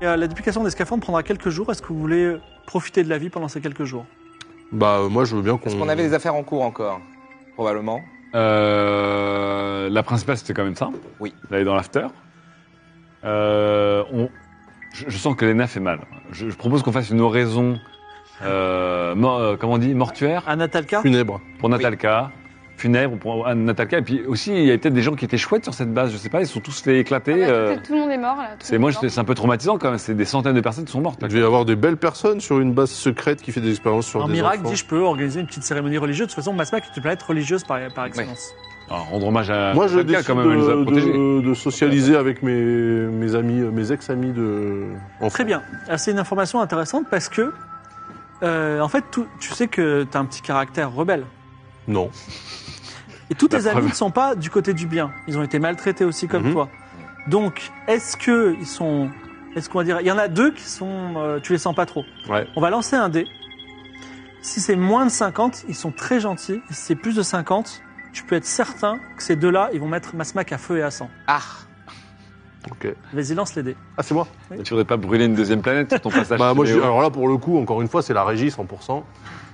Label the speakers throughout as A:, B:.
A: Et, euh, La duplication des scaphandres prendra quelques jours. Est-ce que vous voulez euh, profiter de la vie pendant ces quelques jours
B: Bah, euh, moi, je veux bien qu'on.
C: Est-ce qu'on
A: Hmm.
C: avait des affaires en cours encore Probablement.
D: Euh, la principale, c'était quand même ça.
C: Oui.
D: D'aller dans l'after. Euh, on... je, je sens que Lena fait mal. Je, je propose qu'on fasse une oraison, euh, mor- euh, comment on dit, mortuaire
A: À Natalka
B: Funèbre.
D: pour Natalka, funèbre pour Anne Natalka. Et puis aussi, il y a peut-être des gens qui étaient chouettes sur cette base, je sais pas, ils se sont tous fait éclater.
E: Ah bah,
D: euh,
E: peut-être Tout le monde est mort là. tout
D: c'est
E: le
D: moi,
E: monde
D: j'étais-
E: est
D: c'est un peu traumatisant quand même. C'est des centaines de personnes qui sont mortes.
B: Il
D: là.
B: devait y avoir des belles personnes sur une base secrète qui fait des expériences sur
A: Un
B: des
A: miracle
B: enfants.
A: dit je peux organiser une petite cérémonie religieuse. De toute façon, Masmac est une planète religieuse par, par excellence.
D: Alors, rendre hommage à
B: Bah, Moi, je
D: Natalka
B: décide
D: quand même, elle nous a
B: de,
D: protégés.
B: de- de socialiser avec mes, mes amis, euh, mes ex-amis de. enfants.
A: Très bien. Ah, C'est une information intéressante parce que, euh, en fait, tout- tu sais que tu as un petit caractère rebelle.
B: Non.
A: Et tous
D: La
A: tes amis
D: preuve.
A: ne sont pas du côté du bien. Ils ont été maltraités aussi comme
B: Mhm.
A: toi. Donc, est-ce que ils sont, est-ce qu'on va dire, il y en a deux qui sont, euh, tu les sens pas trop.
B: Ouais.
A: On va lancer un dé. Si c'est moins de 50, ils sont très gentils. Et si c'est plus de 50, tu peux être certain que ces deux-là, ils vont mettre Masmac à feu et à sang.
C: Ah
B: Ok.
A: Vas-y, lance les dés.
B: Ah, c'est moi.
D: Tu voudrais pas brûler une deuxième planète sur ton passage
B: Bah, moi, je-
D: chez Léo.
B: alors là, pour le coup, encore une fois, c'est la régie 100%.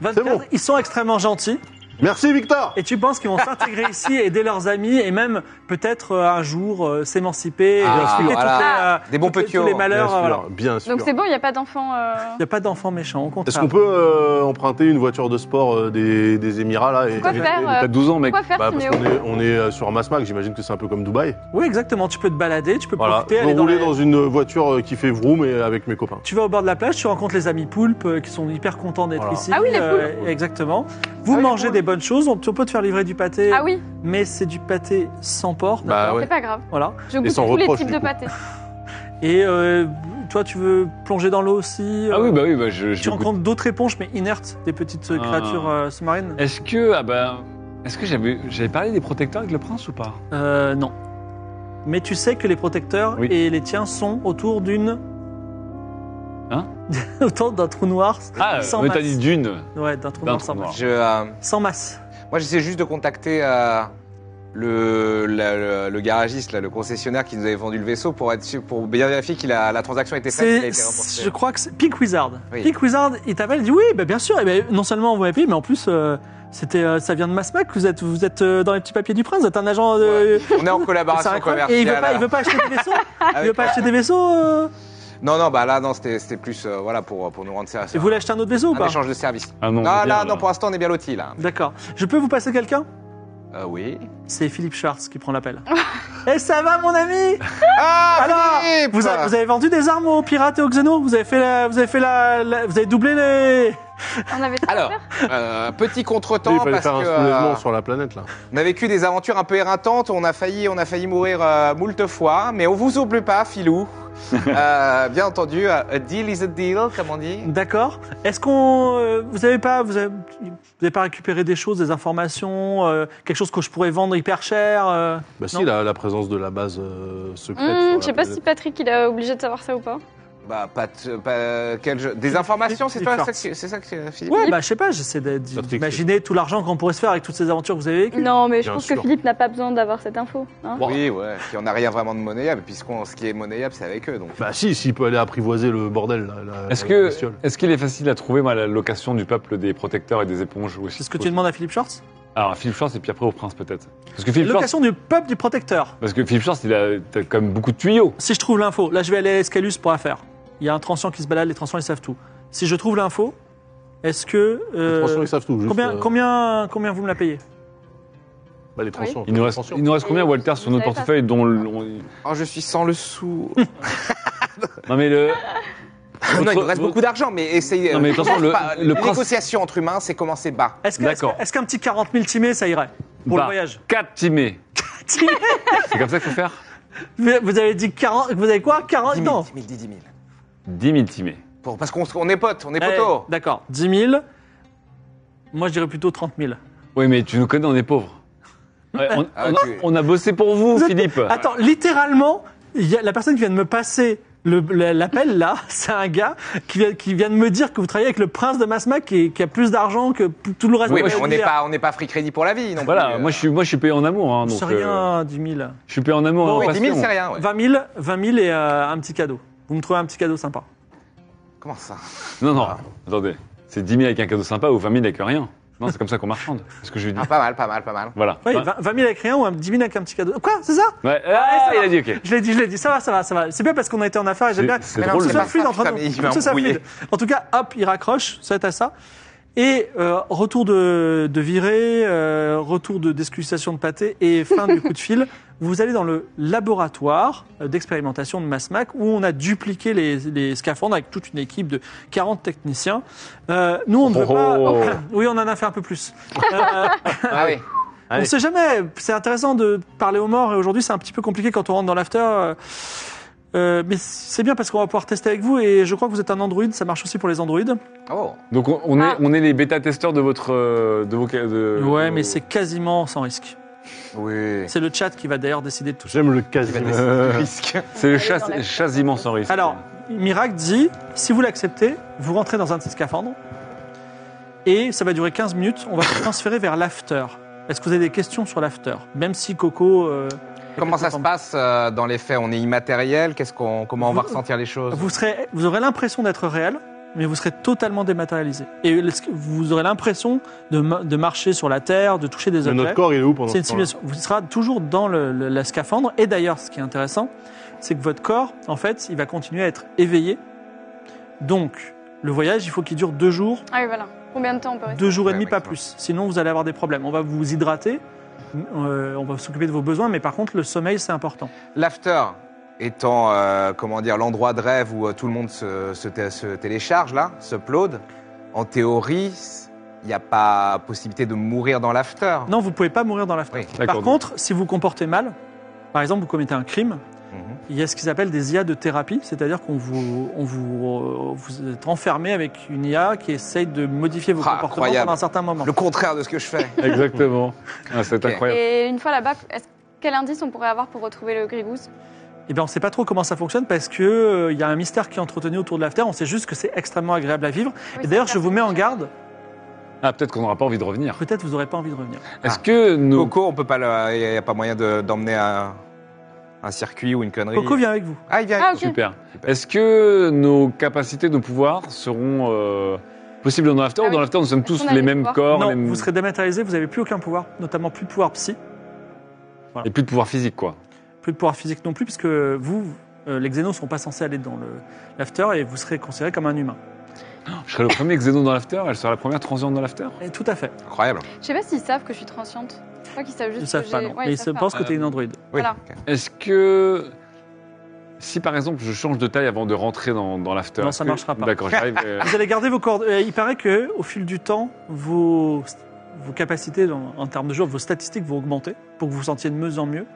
A: 24,
B: bon.
A: ils sont extrêmement gentils.
B: Merci, Victor
A: Et tu penses qu'ils vont s'intégrer ici, aider leurs amis et même peut-être euh, un jour euh, s'émanciper et
C: Ah,
A: expliquer
C: voilà.
A: toutes les, euh,
C: Des bons
A: toutes les-
C: petits
A: tous les
C: hauts.
A: malheurs. euh,
B: Bien
A: voilà.
B: sûr. Bien
E: mort.
B: sûr.
E: Donc c'est bon, il n'y a pas d'enfant. euh,
A: Il n'y a pas d'enfants méchants, au contraire.
B: Est-ce qu'on peut euh, emprunter une voiture de sport euh, des, des Émirats là et,
E: Pourquoi
B: et-
E: faire,
B: et-
E: euh,
D: T'as 12 ans, mec.
E: Pourquoi faire,
B: Bah, parce
E: Timéo
B: qu'on est, on est euh, sur Masmac, j'imagine que c'est un peu comme Dubaï.
A: Oui, exactement. Tu peux te balader, tu peux
B: Voilà,
A: profiter,
B: je
A: aller
B: vais
A: dans,
B: rouler
A: les-
B: dans une voiture euh, qui fait vroom et avec mes copains.
A: Tu vas au bord de la plage, tu rencontres les amis poulpes euh, qui sont hyper contents d'être
B: Voilà.
A: ici. Euh,
E: Ah oui, les
B: poules.
A: exactement. Vous
E: Ah oui,
A: mangez
E: les poules.
A: des bonnes choses. On on peut te faire livrer du pâté,
E: Ah oui,
A: mais c'est du pâté sans porc.
B: Bah
E: c'est
B: ouais.
E: pas grave.
A: Voilà.
E: Je goûte
B: sans
E: tous les
B: reproche,
E: types
B: du
E: de
B: coup.
E: pâté.
A: Et euh, toi, tu veux plonger dans l'eau aussi.
D: Ah
A: euh,
D: oui, bah oui, bah, je, je
A: Tu
D: le goûte.
A: rencontres d'autres éponges, mais inertes, des petites euh,
D: Ah.
A: créatures euh, sous-marines
D: Est-ce que, ah ben, est-ce que j'avais, j'avais parlé des protecteurs avec le prince ou pas
A: Euh, non. Mais tu sais que les protecteurs
D: Oui.
A: et les tiens sont autour d'une.
D: Hein
A: Autour d'un trou noir.
D: Ah,
A: sans
D: mais t'as
A: masse.
D: dit d'une.
A: Ouais, d'un trou
D: D'un
A: noir
D: trou
A: sans
D: noir.
A: masse.
C: Je, euh,
A: Sans masse.
C: moi, j'essaie juste de contacter euh, le, la- le, le garagiste, là, le concessionnaire qui nous avait vendu le vaisseau pour, être, sûr- pour bien vérifier que la, la transaction était faite, qu'il a
A: C'est,
C: été remboursé.
A: je crois que c'est Pink Wizard.
C: Oui.
A: Pink Wizard, il t'appelle, il dit oui, bah, bien sûr. Et ben non seulement on vous payer, mais en plus, euh, c'était, euh, ça vient de Masmac. Vous êtes, vous êtes euh, dans les petits papiers du prince. Vous êtes un agent. euh, De...
C: On est en
A: C'est
C: collaboration
A: incroyable. Et
C: commerciale. Ah
A: il veut pas, il veut pas acheter des vaisseaux. Il veut pas acheter des vaisseaux. euh.
C: Non, non, bah là, non, c'était c'était plus euh, voilà, pour, pour nous rendre service.
A: Et vous voulez acheter un autre vaisseau ou
C: un
A: pas
C: échange de services.
D: Ah
C: Non,
D: non. on est bien,
C: là,
D: là.
C: non, pour l'instant, on est bien lotis, là.
A: D'accord. Je peux vous passer quelqu'un
C: Euh, oui.
A: C'est Philippe Schwartz qui prend l'appel. Eh ça va mon ami
C: Ah,
A: Alors,
C: Philippe
A: vous, a- vous avez vendu des armes aux pirates et aux xénos Vous avez fait la, vous avez fait la, la- vous avez doublé les.
E: On avait trop
C: Alors,
E: peur.
C: euh, petit
B: Il
C: contretemps
B: fallait
C: parce que
B: faire un
C: euh,
B: soulèvement sur la planète là.
C: on a vécu des aventures un peu éreintantes, on a failli, on a failli mourir euh, moult fois, mais on vous oublie pas, Filou. Euh, bien entendu, euh, a deal is a deal, comme on dit.
A: D'accord. Est-ce qu'on, euh, vous avez pas, vous avez, vous avez pas récupéré des choses, des informations, euh, quelque chose que je pourrais vendre hyper cher euh
B: Bah
A: Non.
B: si, la, la présence de la base euh, secrète.
E: Hum,
B: sur la
E: je sais pas si
B: planète.
E: Patrick il est obligé de savoir ça ou pas.
C: Bah, pas, de- pas- quel jeu- Des informations, c'est
A: Philippe
C: toi,
A: Schwartz.
C: ça que- c'est ça que Philippe
A: Ouais, bah je sais pas. J'essaie de-
B: Patrick,
A: d'imaginer tout l'argent qu'on pourrait se faire avec toutes ces aventures que vous avez vécues.
E: Non, mais je
B: Bien
E: pense
B: sûr.
E: que Philippe n'a pas besoin d'avoir cette info. hein.
C: Oui, ouais. Puis on n'a rien vraiment de monnayable, puisqu'on ce qui est monnayable, c'est avec eux, donc.
B: Bah si, s'il peut aller apprivoiser le bordel là. la-
D: Est-ce
B: la
D: que,
B: bestiole.
D: est-ce qu'il est facile à trouver moi, la location du peuple des protecteurs et des éponges aussi
A: C'est ce que tu demandes à Philippe Schwartz
D: Alors Philippe Schwartz et puis après au prince peut-être. Parce que Philippe Schwartz,
A: Location du peuple du protecteur.
D: parce que Philippe Schwartz, il a t'as quand même beaucoup de tuyaux.
A: Si je trouve l'info, là je vais aller à escalus.fr. Il y a un transient qui se balade, les transients ils savent tout. Si je trouve l'info, est-ce que. euh,
B: Les transgenres, ils savent tout. juste,
A: combien,
B: euh,
A: combien, combien vous me la payez
B: bah, les transgenres,
D: Il nous reste,
B: attention.
D: il nous reste combien
E: Oui,
D: Walter
E: vous
D: sur notre
E: savez pas.
D: portefeuille dont le- on-
C: Oh, je suis sans le sou.
D: non mais le
C: non, il nous
D: Votre-
C: reste beaucoup d'argent, mais essayez. euh,
D: Non, mais de toute façon, le-
C: Pas-
D: le principe-
C: négociation entre humains, c'est commencer bas.
A: Est-ce que- est-ce que-
D: D'accord.
A: est-ce qu'un petit 40 000 timés, ça irait Pour
D: Bah,
A: le voyage
D: 4 timés.
A: Timés
D: C'est comme ça qu'il faut faire
A: Vous vous avez dit 40... Vous avez quoi 40
C: 10 000,
A: Oh, Non.
C: 10 000, 10 000.
D: 10 000 timés.
C: Pour- parce qu'on on est potes, on est
A: Eh,
C: potos.
A: D'accord. 10 000. Moi, je dirais plutôt 30 000.
D: Oui, mais tu nous connais, on est pauvres. Ouais, on,
C: Ah,
D: on-
C: tu-
D: on a bossé pour vous,
A: Vous êtes-
D: Philippe.
A: Attends, littéralement, il y a la personne qui vient de me passer le- le- l'appel là, c'est un gars qui vient, qui vient de me dire que vous travaillez avec le prince de Masma qui, qui a plus d'argent que p- tout le reste
C: Oui,
A: de
C: mais
A: votre
C: on n'est
A: univers.
C: pas, on n'est pas free crédit pour la vie. Non
D: Voilà,
C: plus, euh.
D: moi, je suis, moi je suis payé en amour. Hein, donc,
A: C'est
D: euh,
A: rien, 10 000.
D: je suis payé en
A: Oh,
D: amour. en
C: Oui, 10 000,
D: passion.
C: c'est rien. ouais.
A: 20 000, 20 000 et euh, un petit cadeau. Vous me trouvez un petit cadeau sympa.
C: Comment ça
D: Non, non, attendez. C'est 10 000 avec un cadeau sympa ou 20 000 avec rien. Non, c'est comme ça qu'on marchande. C'est ce que je lui dis.
C: Ah, Pas mal, pas mal, pas mal.
D: Voilà.
A: Oui,
D: Ouais.
A: 20 000 avec rien ou un 10 000 avec un petit cadeau. Quoi, c'est ça
D: Ouais. Ah,
A: ça
D: il
A: va.
D: a dit ok.
A: Je l'ai dit, je l'ai dit. Ça va, ça va, ça va. C'est bien parce qu'on a été en affaires et j'aime bien.
D: C'est- c'est
A: que
D: drôle,
A: ce
D: c'est
A: soit
C: pas
A: fluide
C: ça,
A: entre
C: putain,
A: nous.
C: mais il
A: Que
C: va
A: ce soit
C: embrouiller.
A: fluide. En tout cas, hop, il raccroche. Ça va être à ça. Et euh, retour de, de virée, euh, retour de discussion de pâté et fin du coup de fil. Vous allez dans le laboratoire euh, d'expérimentation de MassMac où on a dupliqué les, les scaphandres avec toute une équipe de 40 techniciens. Euh, nous, on ne veut
D: Oh.
A: pas. Oui, on en a fait un peu plus. Euh,
C: Ah oui.
A: on
D: Allez.
A: sait jamais. C'est intéressant de parler aux morts et aujourd'hui c'est un petit peu compliqué quand on rentre dans l'after. euh, euh, mais c'est bien parce qu'on va pouvoir tester avec vous et je crois que vous êtes un android, ça marche aussi pour les androïdes.
C: Oh.
D: Donc on, on
E: Ah.
D: est, on est les bêta-testeurs de votre... euh, De vos, ca- de,
A: ouais,
D: de-
A: mais c'est quasiment sans risque.
C: Oui.
A: C'est le chat qui va d'ailleurs décider de tout ça.
B: J'aime le
C: Il va
B: quasiment.
C: laisser
A: Euh.
C: le risque.
D: C'est le chasse, chasiment sans risque.
A: Alors, Miracle dit, si vous l'acceptez, vous rentrez dans un de ces scaphandres et ça va durer 15 minutes, on va vous transférer vers l'after. Est-ce que vous avez des questions sur l'after Même si Coco... euh,
C: Comment ça se passe euh, dans les faits On est immatériel. Qu'est-ce qu'on, comment on va ressentir les choses
A: Vous, serez, vous aurez l'impression d'être réel, mais vous serez totalement dématérialisé. Et le- vous aurez l'impression de, ma- de marcher sur la Terre, de toucher des
B: Mais
A: objets.
B: notre corps, il est où pendant
A: C'est une
B: ce temps-là
A: simulation. Vous serez toujours dans le, le- la scaphandre. Et d'ailleurs, ce qui est intéressant, c'est que votre corps, en fait, il va continuer à être éveillé. Donc, le voyage, il faut qu'il dure deux jours,
E: Ah oui, voilà. Combien de temps on peut rester
A: deux jours et
C: Ouais,
A: demi, pas
C: maximum.
A: plus. Sinon, vous allez avoir des problèmes. On va vous hydrater, euh, on va s'occuper de vos besoins, mais par contre, le sommeil, c'est important.
C: L'after étant euh, comment dire l'endroit de rêve où euh, tout le monde se, se té- se télécharge là, se upload. En théorie, il n'y a pas possibilité de mourir dans l'after.
A: Non, vous pouvez pas mourir dans l'after.
C: Oui.
D: D'accord.
A: Par contre, si vous vous comportez mal, par exemple, vous commettez un crime,
C: Mhm.
A: il y a ce qu'ils appellent des IA de thérapie, c'est-à-dire qu'on vous, on vous, euh, vous êtes enfermé avec une IA qui essaye de modifier vos
C: Ah,
A: comportements
C: incroyable.
A: pendant un certain moment.
C: Le contraire de ce que je fais.
D: Exactement. Ah, c'est
C: Ok.
D: incroyable.
E: Et une fois là-bas, est-ce- quel indice on pourrait avoir pour retrouver le Grigousse
A: Et Eh bien, on ne sait pas trop comment ça fonctionne parce que euh, il y a un mystère qui est entretenu autour de l'after. On sait juste que c'est extrêmement agréable à vivre.
E: Oui,
A: Et d'ailleurs,
E: c'est
A: je vous mets en garde.
D: Ah, peut-être qu'on n'aura pas envie de revenir.
A: Peut-être vous n'aurez pas envie de revenir.
D: Est-ce que nos...
C: Coco, on peut pas le, il n'y a pas moyen de- d'emmener un, un circuit ou une connerie.
A: Coco vient avec vous.
C: Ah, il vient.
E: Ah, ok.
D: Super. Est-ce que nos capacités, nos pouvoirs seront euh, possibles dans l'after
E: Ah
D: ou dans
E: oui.
D: l'after nous sommes
E: Est-ce
D: tous
E: qu'on a
D: les
E: des
D: mêmes
E: pouvoirs
D: corps
A: non,
D: les mêmes-
A: vous serez dématérialisé. Vous n'avez plus aucun pouvoir, notamment plus de pouvoir psy,
D: et plus de pouvoir physique quoi
A: plus de pouvoir physique non plus, puisque vous, euh, les xénos, ne sont pas censés aller dans le- l'after et vous serez considéré comme un humain.
D: Je serai le premier Xénon dans l'after, elle sera la première transient dans l'after
A: Et Eh, tout à fait.
C: Incroyable.
E: Je sais pas s'ils savent que je suis transciente. Je crois qu'ils savent juste
A: Ils savent
E: que
A: pas,
E: j'ai-
A: non.
E: Ouais,
A: Mais
E: ils
A: ils se
E: savent pas.
A: pensent que t'es une androïde.
C: Euh, Oui.
E: Voilà.
C: ok.
D: Est-ce que. Si par exemple je change de taille avant de rentrer dans, dans l'after.
A: Non,
D: est-ce
A: ça
D: que-
A: marchera pas.
D: D'accord, j'arrive. euh,
A: Vous allez garder vos cordes. Il paraît que au fil du temps, vos, vos capacités dans- en termes de jour, vos statistiques vont augmenter pour que vous vous sentiez de mieux en mieux.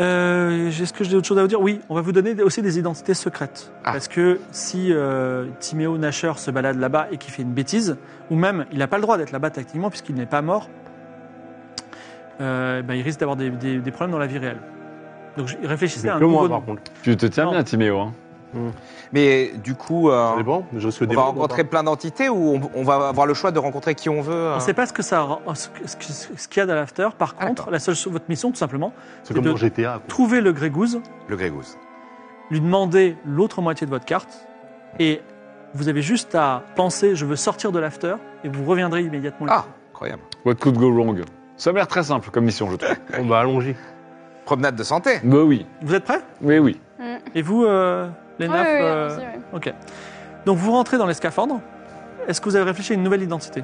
A: Euh, Est-ce que j'ai autre chose à vous dire Oui, on va vous donner aussi des identités secrètes.
C: Ah.
A: Parce que si euh, Timéo Nasher se balade là-bas et qu'il fait une bêtise, ou même il n'a pas le droit d'être là-bas techniquement puisqu'il n'est pas mort, euh, ben, il risque d'avoir des, des- des problèmes dans la vie réelle. Donc je- réfléchissez à un
B: Que moi,
A: nouveau nom.
B: par contre.
D: tu te tiens
A: Non.
D: bien, Timéo. Hein.
C: Mais du coup, euh,
B: Ça dépend. Je risque
C: on
B: des
C: va rencontrer plein d'entités ou on, on va avoir le choix de rencontrer qui on veut.
A: On
C: euh.
A: ne sait pas ce que ça, oh, ce que- ce que- ce qu'il y a dans l'after. Par
C: Ah,
A: contre,
C: d'accord.
A: la seule chose- votre mission, tout simplement,
B: C'est comme
A: de-
B: dans GTA. quoi.
A: trouver le Grégouze,
C: Le Grégousse.
A: lui demander l'autre moitié de votre carte, et vous avez juste à penser je veux sortir de l'after, et vous reviendrez immédiatement.
C: Ah, incroyable.
D: What could go wrong Ça m'a l'air très simple comme mission, je trouve.
B: On va allonger.
C: Promenade de santé.
D: bah oui,
A: Vous êtes prêts
D: oui, oui.
E: Mm.
A: Et vous, euh, les
E: Ouais,
A: nafs,
E: ouais, ouais,
A: euh,
E: allons-y, ouais.
A: Ok. Donc vous rentrez dans les scaphandres. Est-ce que vous avez réfléchi à une nouvelle identité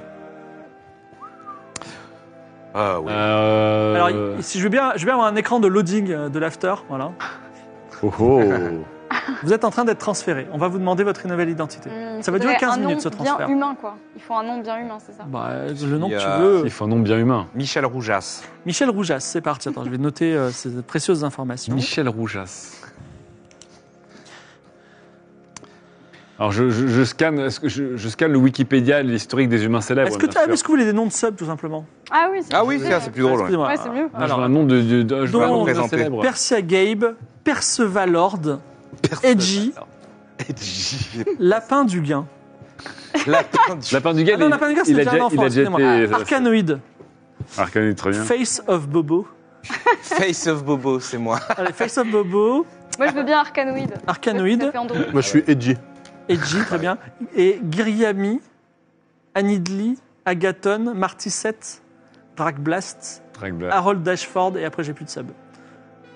C: Ah oui.
D: Euh,
A: Alors, si je veux bien, je vais avoir un écran de loading euh, de l'after, voilà.
D: Oh, oh.
A: Vous êtes en train d'être transféré. On va vous demander votre nouvelle identité.
E: Hmm,
A: Ça va durer
E: faudrait
A: 15
E: un nom
A: minutes, ce transfert.
E: Bien humain, quoi. Il faut un nom bien humain, c'est ça.
A: Bah, le nom
C: Il y
A: que tu
C: a-
A: veux.
D: Il faut un nom bien humain.
C: Michel Roujas.
A: Michel Roujas, c'est parti. Attends, je vais noter euh, ces précieuses informations.
D: Michel Roujas. Alors, je, je, je scanne, est-ce que je, je scanne le Wikipédia, et l'historique des humains célèbres.
A: Est-ce que,
D: bien
A: tu- ah,
D: sûr.
A: est-ce que vous voulez des noms de subs, tout simplement
E: Ah oui, c'est
C: Ah oui,
E: mieux.
C: ça, c'est plus drôle. ouais.
A: Excusez-moi.
E: Ouais, c'est mieux.
D: Moi, Ah, je
A: Alors,
D: veux un nom de, de, de- je veux
A: donc,
D: un nom de
C: présenter.
D: célèbre.
A: Persia Gabe, Percevalord, Edgy, Lapin du Gain,
C: Lapin du-
D: Lapin du Gars,
A: Ah non,
D: il-
A: Lapin du Gars, c'est
D: il, a
A: déjà un
D: déjà, il
A: enfant,
D: a déjà
A: excusez-moi.
D: été.
A: Arcanoïde,
D: Arcanoïde, très bien.
A: Face of Bobo.
C: Face of Bobo, c'est moi.
A: Allez, Face of Bobo,
E: Moi, je veux bien Arcanoïde. Ça
A: Arcanoïde,
E: fait Android.
B: Moi, je suis edgy.
A: Edgy, très bien, et Giriami, Anidli, Agaton, Martisette, Dragblast,
D: Très bien.
A: Harold Dashford, et après j'ai plus de subs.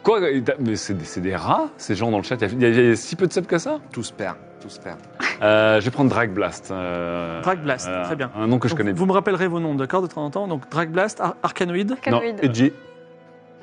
D: Quoi Mais c'est des- c'est des rats, ces gens dans le chat. Il y a, il y a- il y a si peu de subs que ça
C: Tous perdent, tous perdent.
D: Euh, Je vais prendre Dragblast. euh,
A: Dragblast, très bien.
D: Un nom que je
A: Donc,
D: connais
A: vous me rappellerez vos noms, d'accord, de temps en temps. Donc, Dragblast, Ar- Arcanoïde,
E: Arcanoïde.
B: Edgy.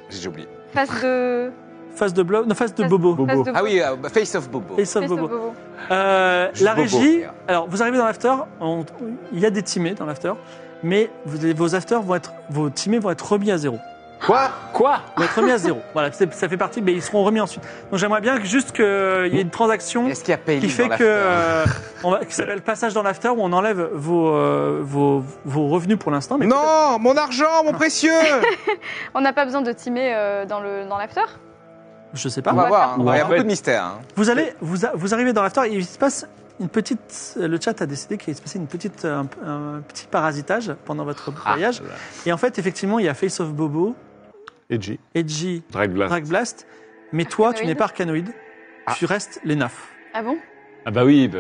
C: J'ai oublié.
E: Face de.
A: face de, Blo- non, face de
E: Face-
A: Bobo.
E: Face de.
C: Ah oui, euh, bah, Face of Bobo.
A: Et Face
E: Face de
A: Bobo.
E: Bobo.
A: Euh, la
C: Bobo.
A: régie, alors vous arrivez dans l'after, on- il y a des teamés dans l'after, mais vous- vos afters vont être, vos teamés vont être remis à zéro.
D: Quoi Quoi
A: Vont être remis à zéro. Voilà, c'est- ça fait partie, mais ils seront remis ensuite. Donc j'aimerais bien que juste qu'il y ait une transaction
C: Est-ce qu'il y a Payne
A: qui fait
C: dans
A: que,
C: l'after
A: euh, on va, qui s'appelle passage dans l'after où on enlève vos, euh, vos, vos revenus pour l'instant. mais
C: Non, mon argent, mon précieux
E: On n'a pas besoin de teamer euh, dans le dans l'after.
A: Je sais pas.
C: On va voir, hein.
D: Ouais.
C: il y a
D: Ouais.
C: beaucoup de mystères. hein.
A: Vous allez, vous, a- vous arrivez dans l'after et il se passe une petite. euh, Le chat a décidé qu'il se passait une petite, un, un petit parasitage pendant votre voyage. et en fait, effectivement, il y a Face of Bobo,
B: Edgy.
A: Edgy,
D: Dragblast.
A: Dragblast, mais toi, tu
E: Arcanoïde.
A: n'es pas Arcanoïde. Tu restes les nafs.
E: Ah bon
D: Ah bah oui, bah,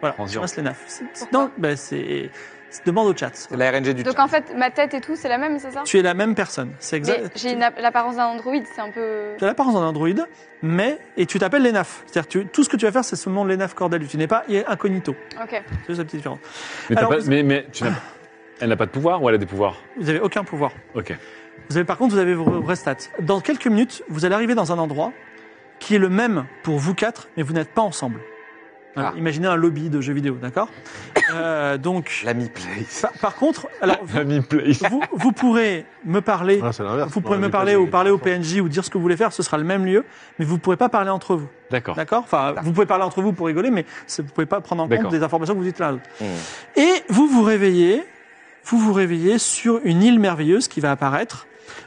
A: Voilà, tu
D: Transition.
A: restes les nafs. C'est- c'est-
E: Pourquoi
A: Non, ben c'est. c'est- Demande au chat.
C: C'est la RNG du
E: Donc
C: chat.
E: en fait, ma tête et tout, c'est la même, c'est ça
A: Tu es la même personne. C'est
E: Mais
A: exact.
E: j'ai une app- l'apparence d'un androïde, c'est un peu.
A: Tu as l'apparence d'un androïde, mais. Et tu t'appelles Lenaf. C'est-à-dire, tu- tout ce que tu vas faire, c'est seulement Lenaf Cordel. Tu n'es pas incognito.
E: Ok.
A: C'est ça la petite différence.
D: Mais, t'as
A: Alors,
D: pas-
A: vous-
D: mais, mais tu n'as pas- elle n'a pas de pouvoir ou elle a des pouvoirs
A: Vous n'avez aucun pouvoir.
D: Ok.
A: Vous avez, par contre, vous avez vos vraies stats. Dans quelques minutes, vous allez arriver dans un endroit qui est le même pour vous quatre, mais vous n'êtes pas ensemble. Voilà,
C: Ah.
A: Imaginez un lobby de jeux vidéo, d'accord Euh, Donc,
C: L'ami Place.
A: par, par contre, alors vous,
D: Family Place.
A: vous, vous pourrez me parler,
B: Ah, c'est l'inverse.
A: vous pourrez
B: Non,
A: me
B: j'ai pas-
A: parler
B: j'ai-
A: ou parler au PNJ ou dire ce que vous voulez faire, ce sera le même lieu, mais vous ne pourrez pas parler entre vous,
D: D'accord.
A: d'accord Enfin, vous pouvez parler entre vous pour rigoler, mais c'est- vous ne pouvez pas prendre en compte
D: D'accord.
A: des informations que vous dites là. à l'autre.
C: Hmm.
A: Et vous vous réveillez, vous vous réveillez sur une île merveilleuse qui va apparaître.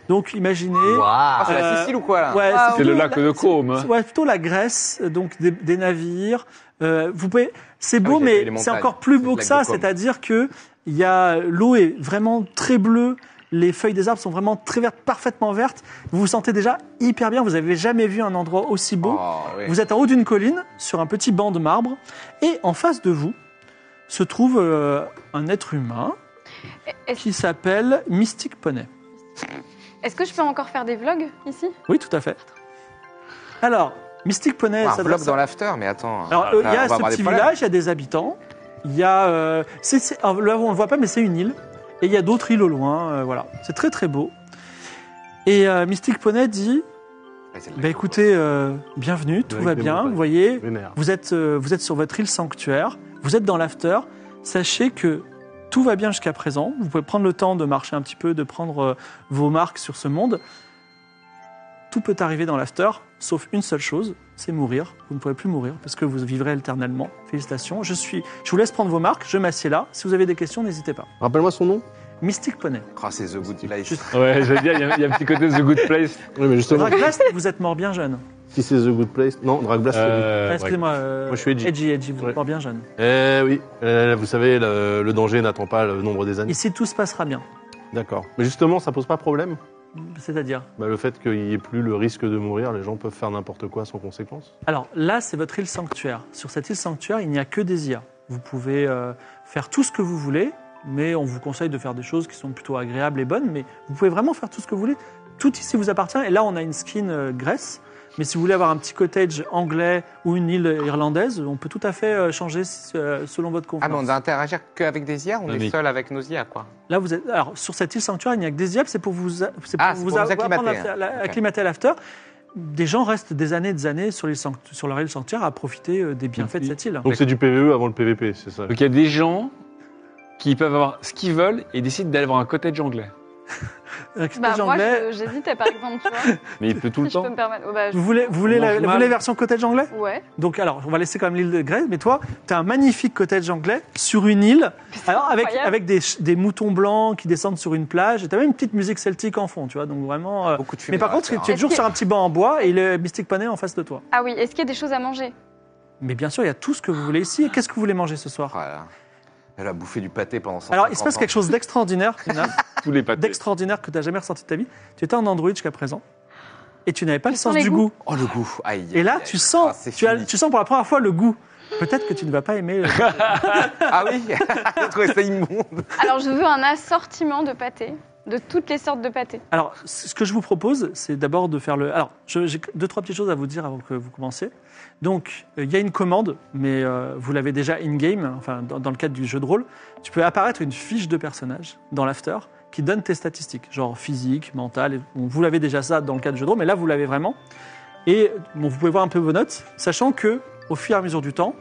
A: Donc, imaginez.
C: Ah, c'est
A: Euh,
C: la Sicile ou quoi là
A: Ouais,
E: Waouh.
D: C'est
A: plutôt
D: le lac
A: la-
D: de hein. Côme.
A: c'est- Ouais, plutôt la Grèce, euh, donc des, des navires. Euh, vous pouvez, c'est beau,
C: Ah oui, j'ai vu les
A: mais c'est
C: montagnes.
A: encore plus
C: C'est
A: beau
C: le
A: que
C: lac
A: ça.
C: de Côme.
A: C'est-à-dire que il y a l'eau est vraiment très bleue, les feuilles des arbres sont vraiment très vertes, parfaitement vertes. Vous vous sentez déjà hyper bien. Vous avez jamais vu un endroit aussi beau.
C: Oh, oui.
A: Vous êtes en haut d'une colline, sur un petit banc de marbre, et en face de vous se trouve euh, un être humain
E: Est-ce
A: qui s'appelle Mystic Poney.
E: est-ce que je peux encore faire des vlogs ici
A: Oui, tout à fait. Alors, Mystic Poney
C: Un
A: s'adresse
C: vlog dans l'after, mais attends. Ah,
A: Alors, euh, il y
C: Là,
A: a
C: on va
A: ce
C: avoir des
A: petit
C: problèmes.
A: village, il y a des habitants. Il y a. euh, c'est- c'est- alors, là, on ne le voit pas, mais c'est une île. Et il y a d'autres îles au loin. euh, voilà. C'est très, très beau. Et euh, Mystic Poney dit
C: Ouais, c'est le lac
A: bah,
C: de
A: écoutez, euh, bienvenue, tout
B: Avec
A: va
B: des
A: bien.
B: montagnes.
A: Vous voyez,
B: Vénère.
A: vous êtes, euh, vous êtes sur votre île sanctuaire, vous êtes dans l'after. Sachez que tout va bien jusqu'à présent. Vous pouvez prendre le temps de marcher un petit peu, de prendre euh, vos marques sur ce monde. Tout peut arriver dans l'after, sauf une seule chose, c'est mourir. Vous ne pourrez plus mourir parce que vous vivrez éternellement. Félicitations. Je suis. Je vous laisse prendre vos marques. Je m'assieds là. Si vous avez des questions, n'hésitez pas.
B: Rappelle-moi son nom.
A: Mystic Poney.
C: Côme. Oh, c'est The Good Place.
A: Juste-
D: Ouais, j'allais dire, il y, a- il y a un petit côté de The Good Place.
B: Oui, mais justement,
A: Dragblast, vous êtes mort bien jeune.
B: si c'est The Good Place. Non, Dragblast. c'est
D: Euh,
A: Ah, Excusez-moi. euh,
B: Moi, je suis Edgy.
A: Edgy, Edgy, vous
B: Ouais.
A: êtes mort bien jeune.
B: Eh oui, Euh, vous savez, le, le danger n'attend pas le nombre des années.
A: Ici, tout se passera bien.
B: D'accord. Mais justement, ça pose pas problème
A: C'est-à-dire.
B: Bah, Le fait qu'il n'y ait plus le risque de mourir, les gens peuvent faire n'importe quoi sans conséquence.
A: Alors là, c'est votre île sanctuaire. Sur cette île sanctuaire, il n'y a que des IA. Vous pouvez euh, faire tout ce que vous voulez, mais on vous conseille de faire des choses qui sont plutôt agréables et bonnes. Mais vous pouvez vraiment faire tout ce que vous voulez. Tout ici vous appartient. Et là, on a une skin euh, Grèce. Mais si vous voulez avoir un petit cottage anglais ou une île irlandaise, on peut tout à fait euh, changer euh, selon votre
C: Ah, mais on
A: convenance.
C: doit interagir qu'avec des IA, on
D: Ah,
C: est
D: mais-
C: seul avec nos IA, quoi.
A: Là, vous êtes. Alors, sur cette île sanctuaire, il n'y a que des diables. C'est pour vous, c'est
C: Ah, c'est pour vous
A: apprendre
C: acclimater.
A: à- à-
C: Ok.
A: acclimater à l'after. des gens restent des années et des années sur, les sanct- sur leur île sanctuaire à profiter euh, des bienfaits de cette île.
B: Donc c'est du PVE avant le PVP, c'est ça.
D: Donc il y a des gens qui peuvent avoir ce qu'ils veulent et décident d'aller voir un cottage anglais.
A: Avec cet
E: Bah,
A: âge
E: moi,
A: anglais,
E: je- j'hésitais par exemple, tu vois.
D: Mais il peut tout
E: si
D: le
E: je
D: temps.
E: peux me permettre. Oh, bah, je-
A: Vous voulez, vous voulez,
D: On mange
A: la, vous
D: mal.
A: voulez la version cottage anglais
E: Ouais.
A: Donc alors, on va laisser quand même l'île de Grèce, mais toi, tu as un magnifique cottage anglais sur une île, alors avec,
E: incroyable.
A: avec des, ch- des moutons blancs qui descendent sur une plage, et tu as même une petite musique celtique en fond, tu vois, donc vraiment... euh,
C: Beaucoup de fumée.
A: Mais par
C: à
A: contre, tu
C: faire,
A: es
C: hein.
A: toujours
E: Est-ce
A: sur
E: que-
A: un petit banc en bois et le Mystic Panay en face de toi.
E: Ah oui, est-ce qu'il y a des choses à manger
A: Mais bien sûr, il y a tout ce que vous voulez ici. Et Qu'est-ce que vous voulez manger ce
C: Oh
A: soir
C: là là. Elle a bouffé du pâté pendant 150
A: Alors, il se passe
C: ans.
A: quelque chose d'extraordinaire, Tina,
D: Tous les pâtés.
A: d'extraordinaire que tu n'as jamais ressenti de ta vie. Tu étais un android jusqu'à présent, et tu n'avais pas le
E: sens
A: sens
E: les
A: du
E: goûts.
A: goût.
C: Oh le goût. Aïe, aïe,
A: Et là,
C: aïe.
A: tu
C: Ah,
A: sens,
C: c'est
A: tu, as-
C: fini.
A: tu sens pour la première fois le goût. Peut-être que tu ne vas pas aimer. le-
C: Ah oui, j'ai trouvé ça immonde.
E: Alors, je veux un assortiment de pâtés, de toutes les sortes de pâtés.
A: Alors, ce que je vous propose, c'est d'abord de faire le. Alors, je- j'ai deux trois petites choses à vous dire avant que vous commenciez. Donc, euh, il y a une commande, mais euh, vous l'avez déjà in game, enfin dans, dans le cadre du jeu de rôle. Tu peux apparaître une fiche de personnage dans l'after qui donne tes statistiques, genre physique, mental. et- bon, vous l'avez déjà ça dans le cadre du jeu de rôle, mais là vous l'avez vraiment. Et bon, vous pouvez voir un peu vos notes, sachant que au fur et à mesure du temps,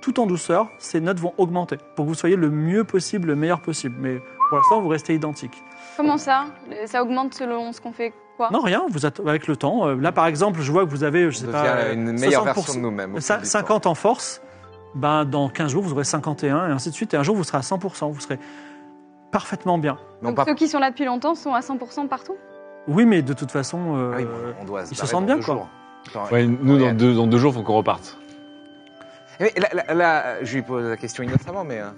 A: tout en douceur, ces notes vont augmenter pour que vous soyez le mieux possible, le meilleur possible. Mais pour l'instant, vous restez identique.
E: Comment ça Ça augmente selon ce qu'on fait quoi
A: Non, rien, vous êtes avec le temps. Euh, Là, par exemple, je vois que vous avez, je
C: On
A: sais
C: devient
A: pas, euh,
C: une
A: 60%,
C: meilleure version de nous-mêmes. au
A: ça-
C: fil du temps.
A: 50 en force. Ben, dans 15 jours, vous aurez 51 et ainsi de suite. Et un jour, vous serez à 100%. Vous serez parfaitement bien.
C: Mais on
E: Donc,
C: part-
E: ceux qui sont là depuis longtemps sont à 100% partout
A: Oui, mais de toute façon, euh,
C: Ah oui, bon, on doit se
A: ils se
C: barrer
A: sentent
C: dans
A: bien,
C: deux
A: quoi.
C: jours. Attends,
D: Ouais, nous,
C: Ouais.
D: dans deux, dans deux jours, faut qu'on reparte.
C: Mais là, là- là, je lui pose la question innocemment, mais. euh,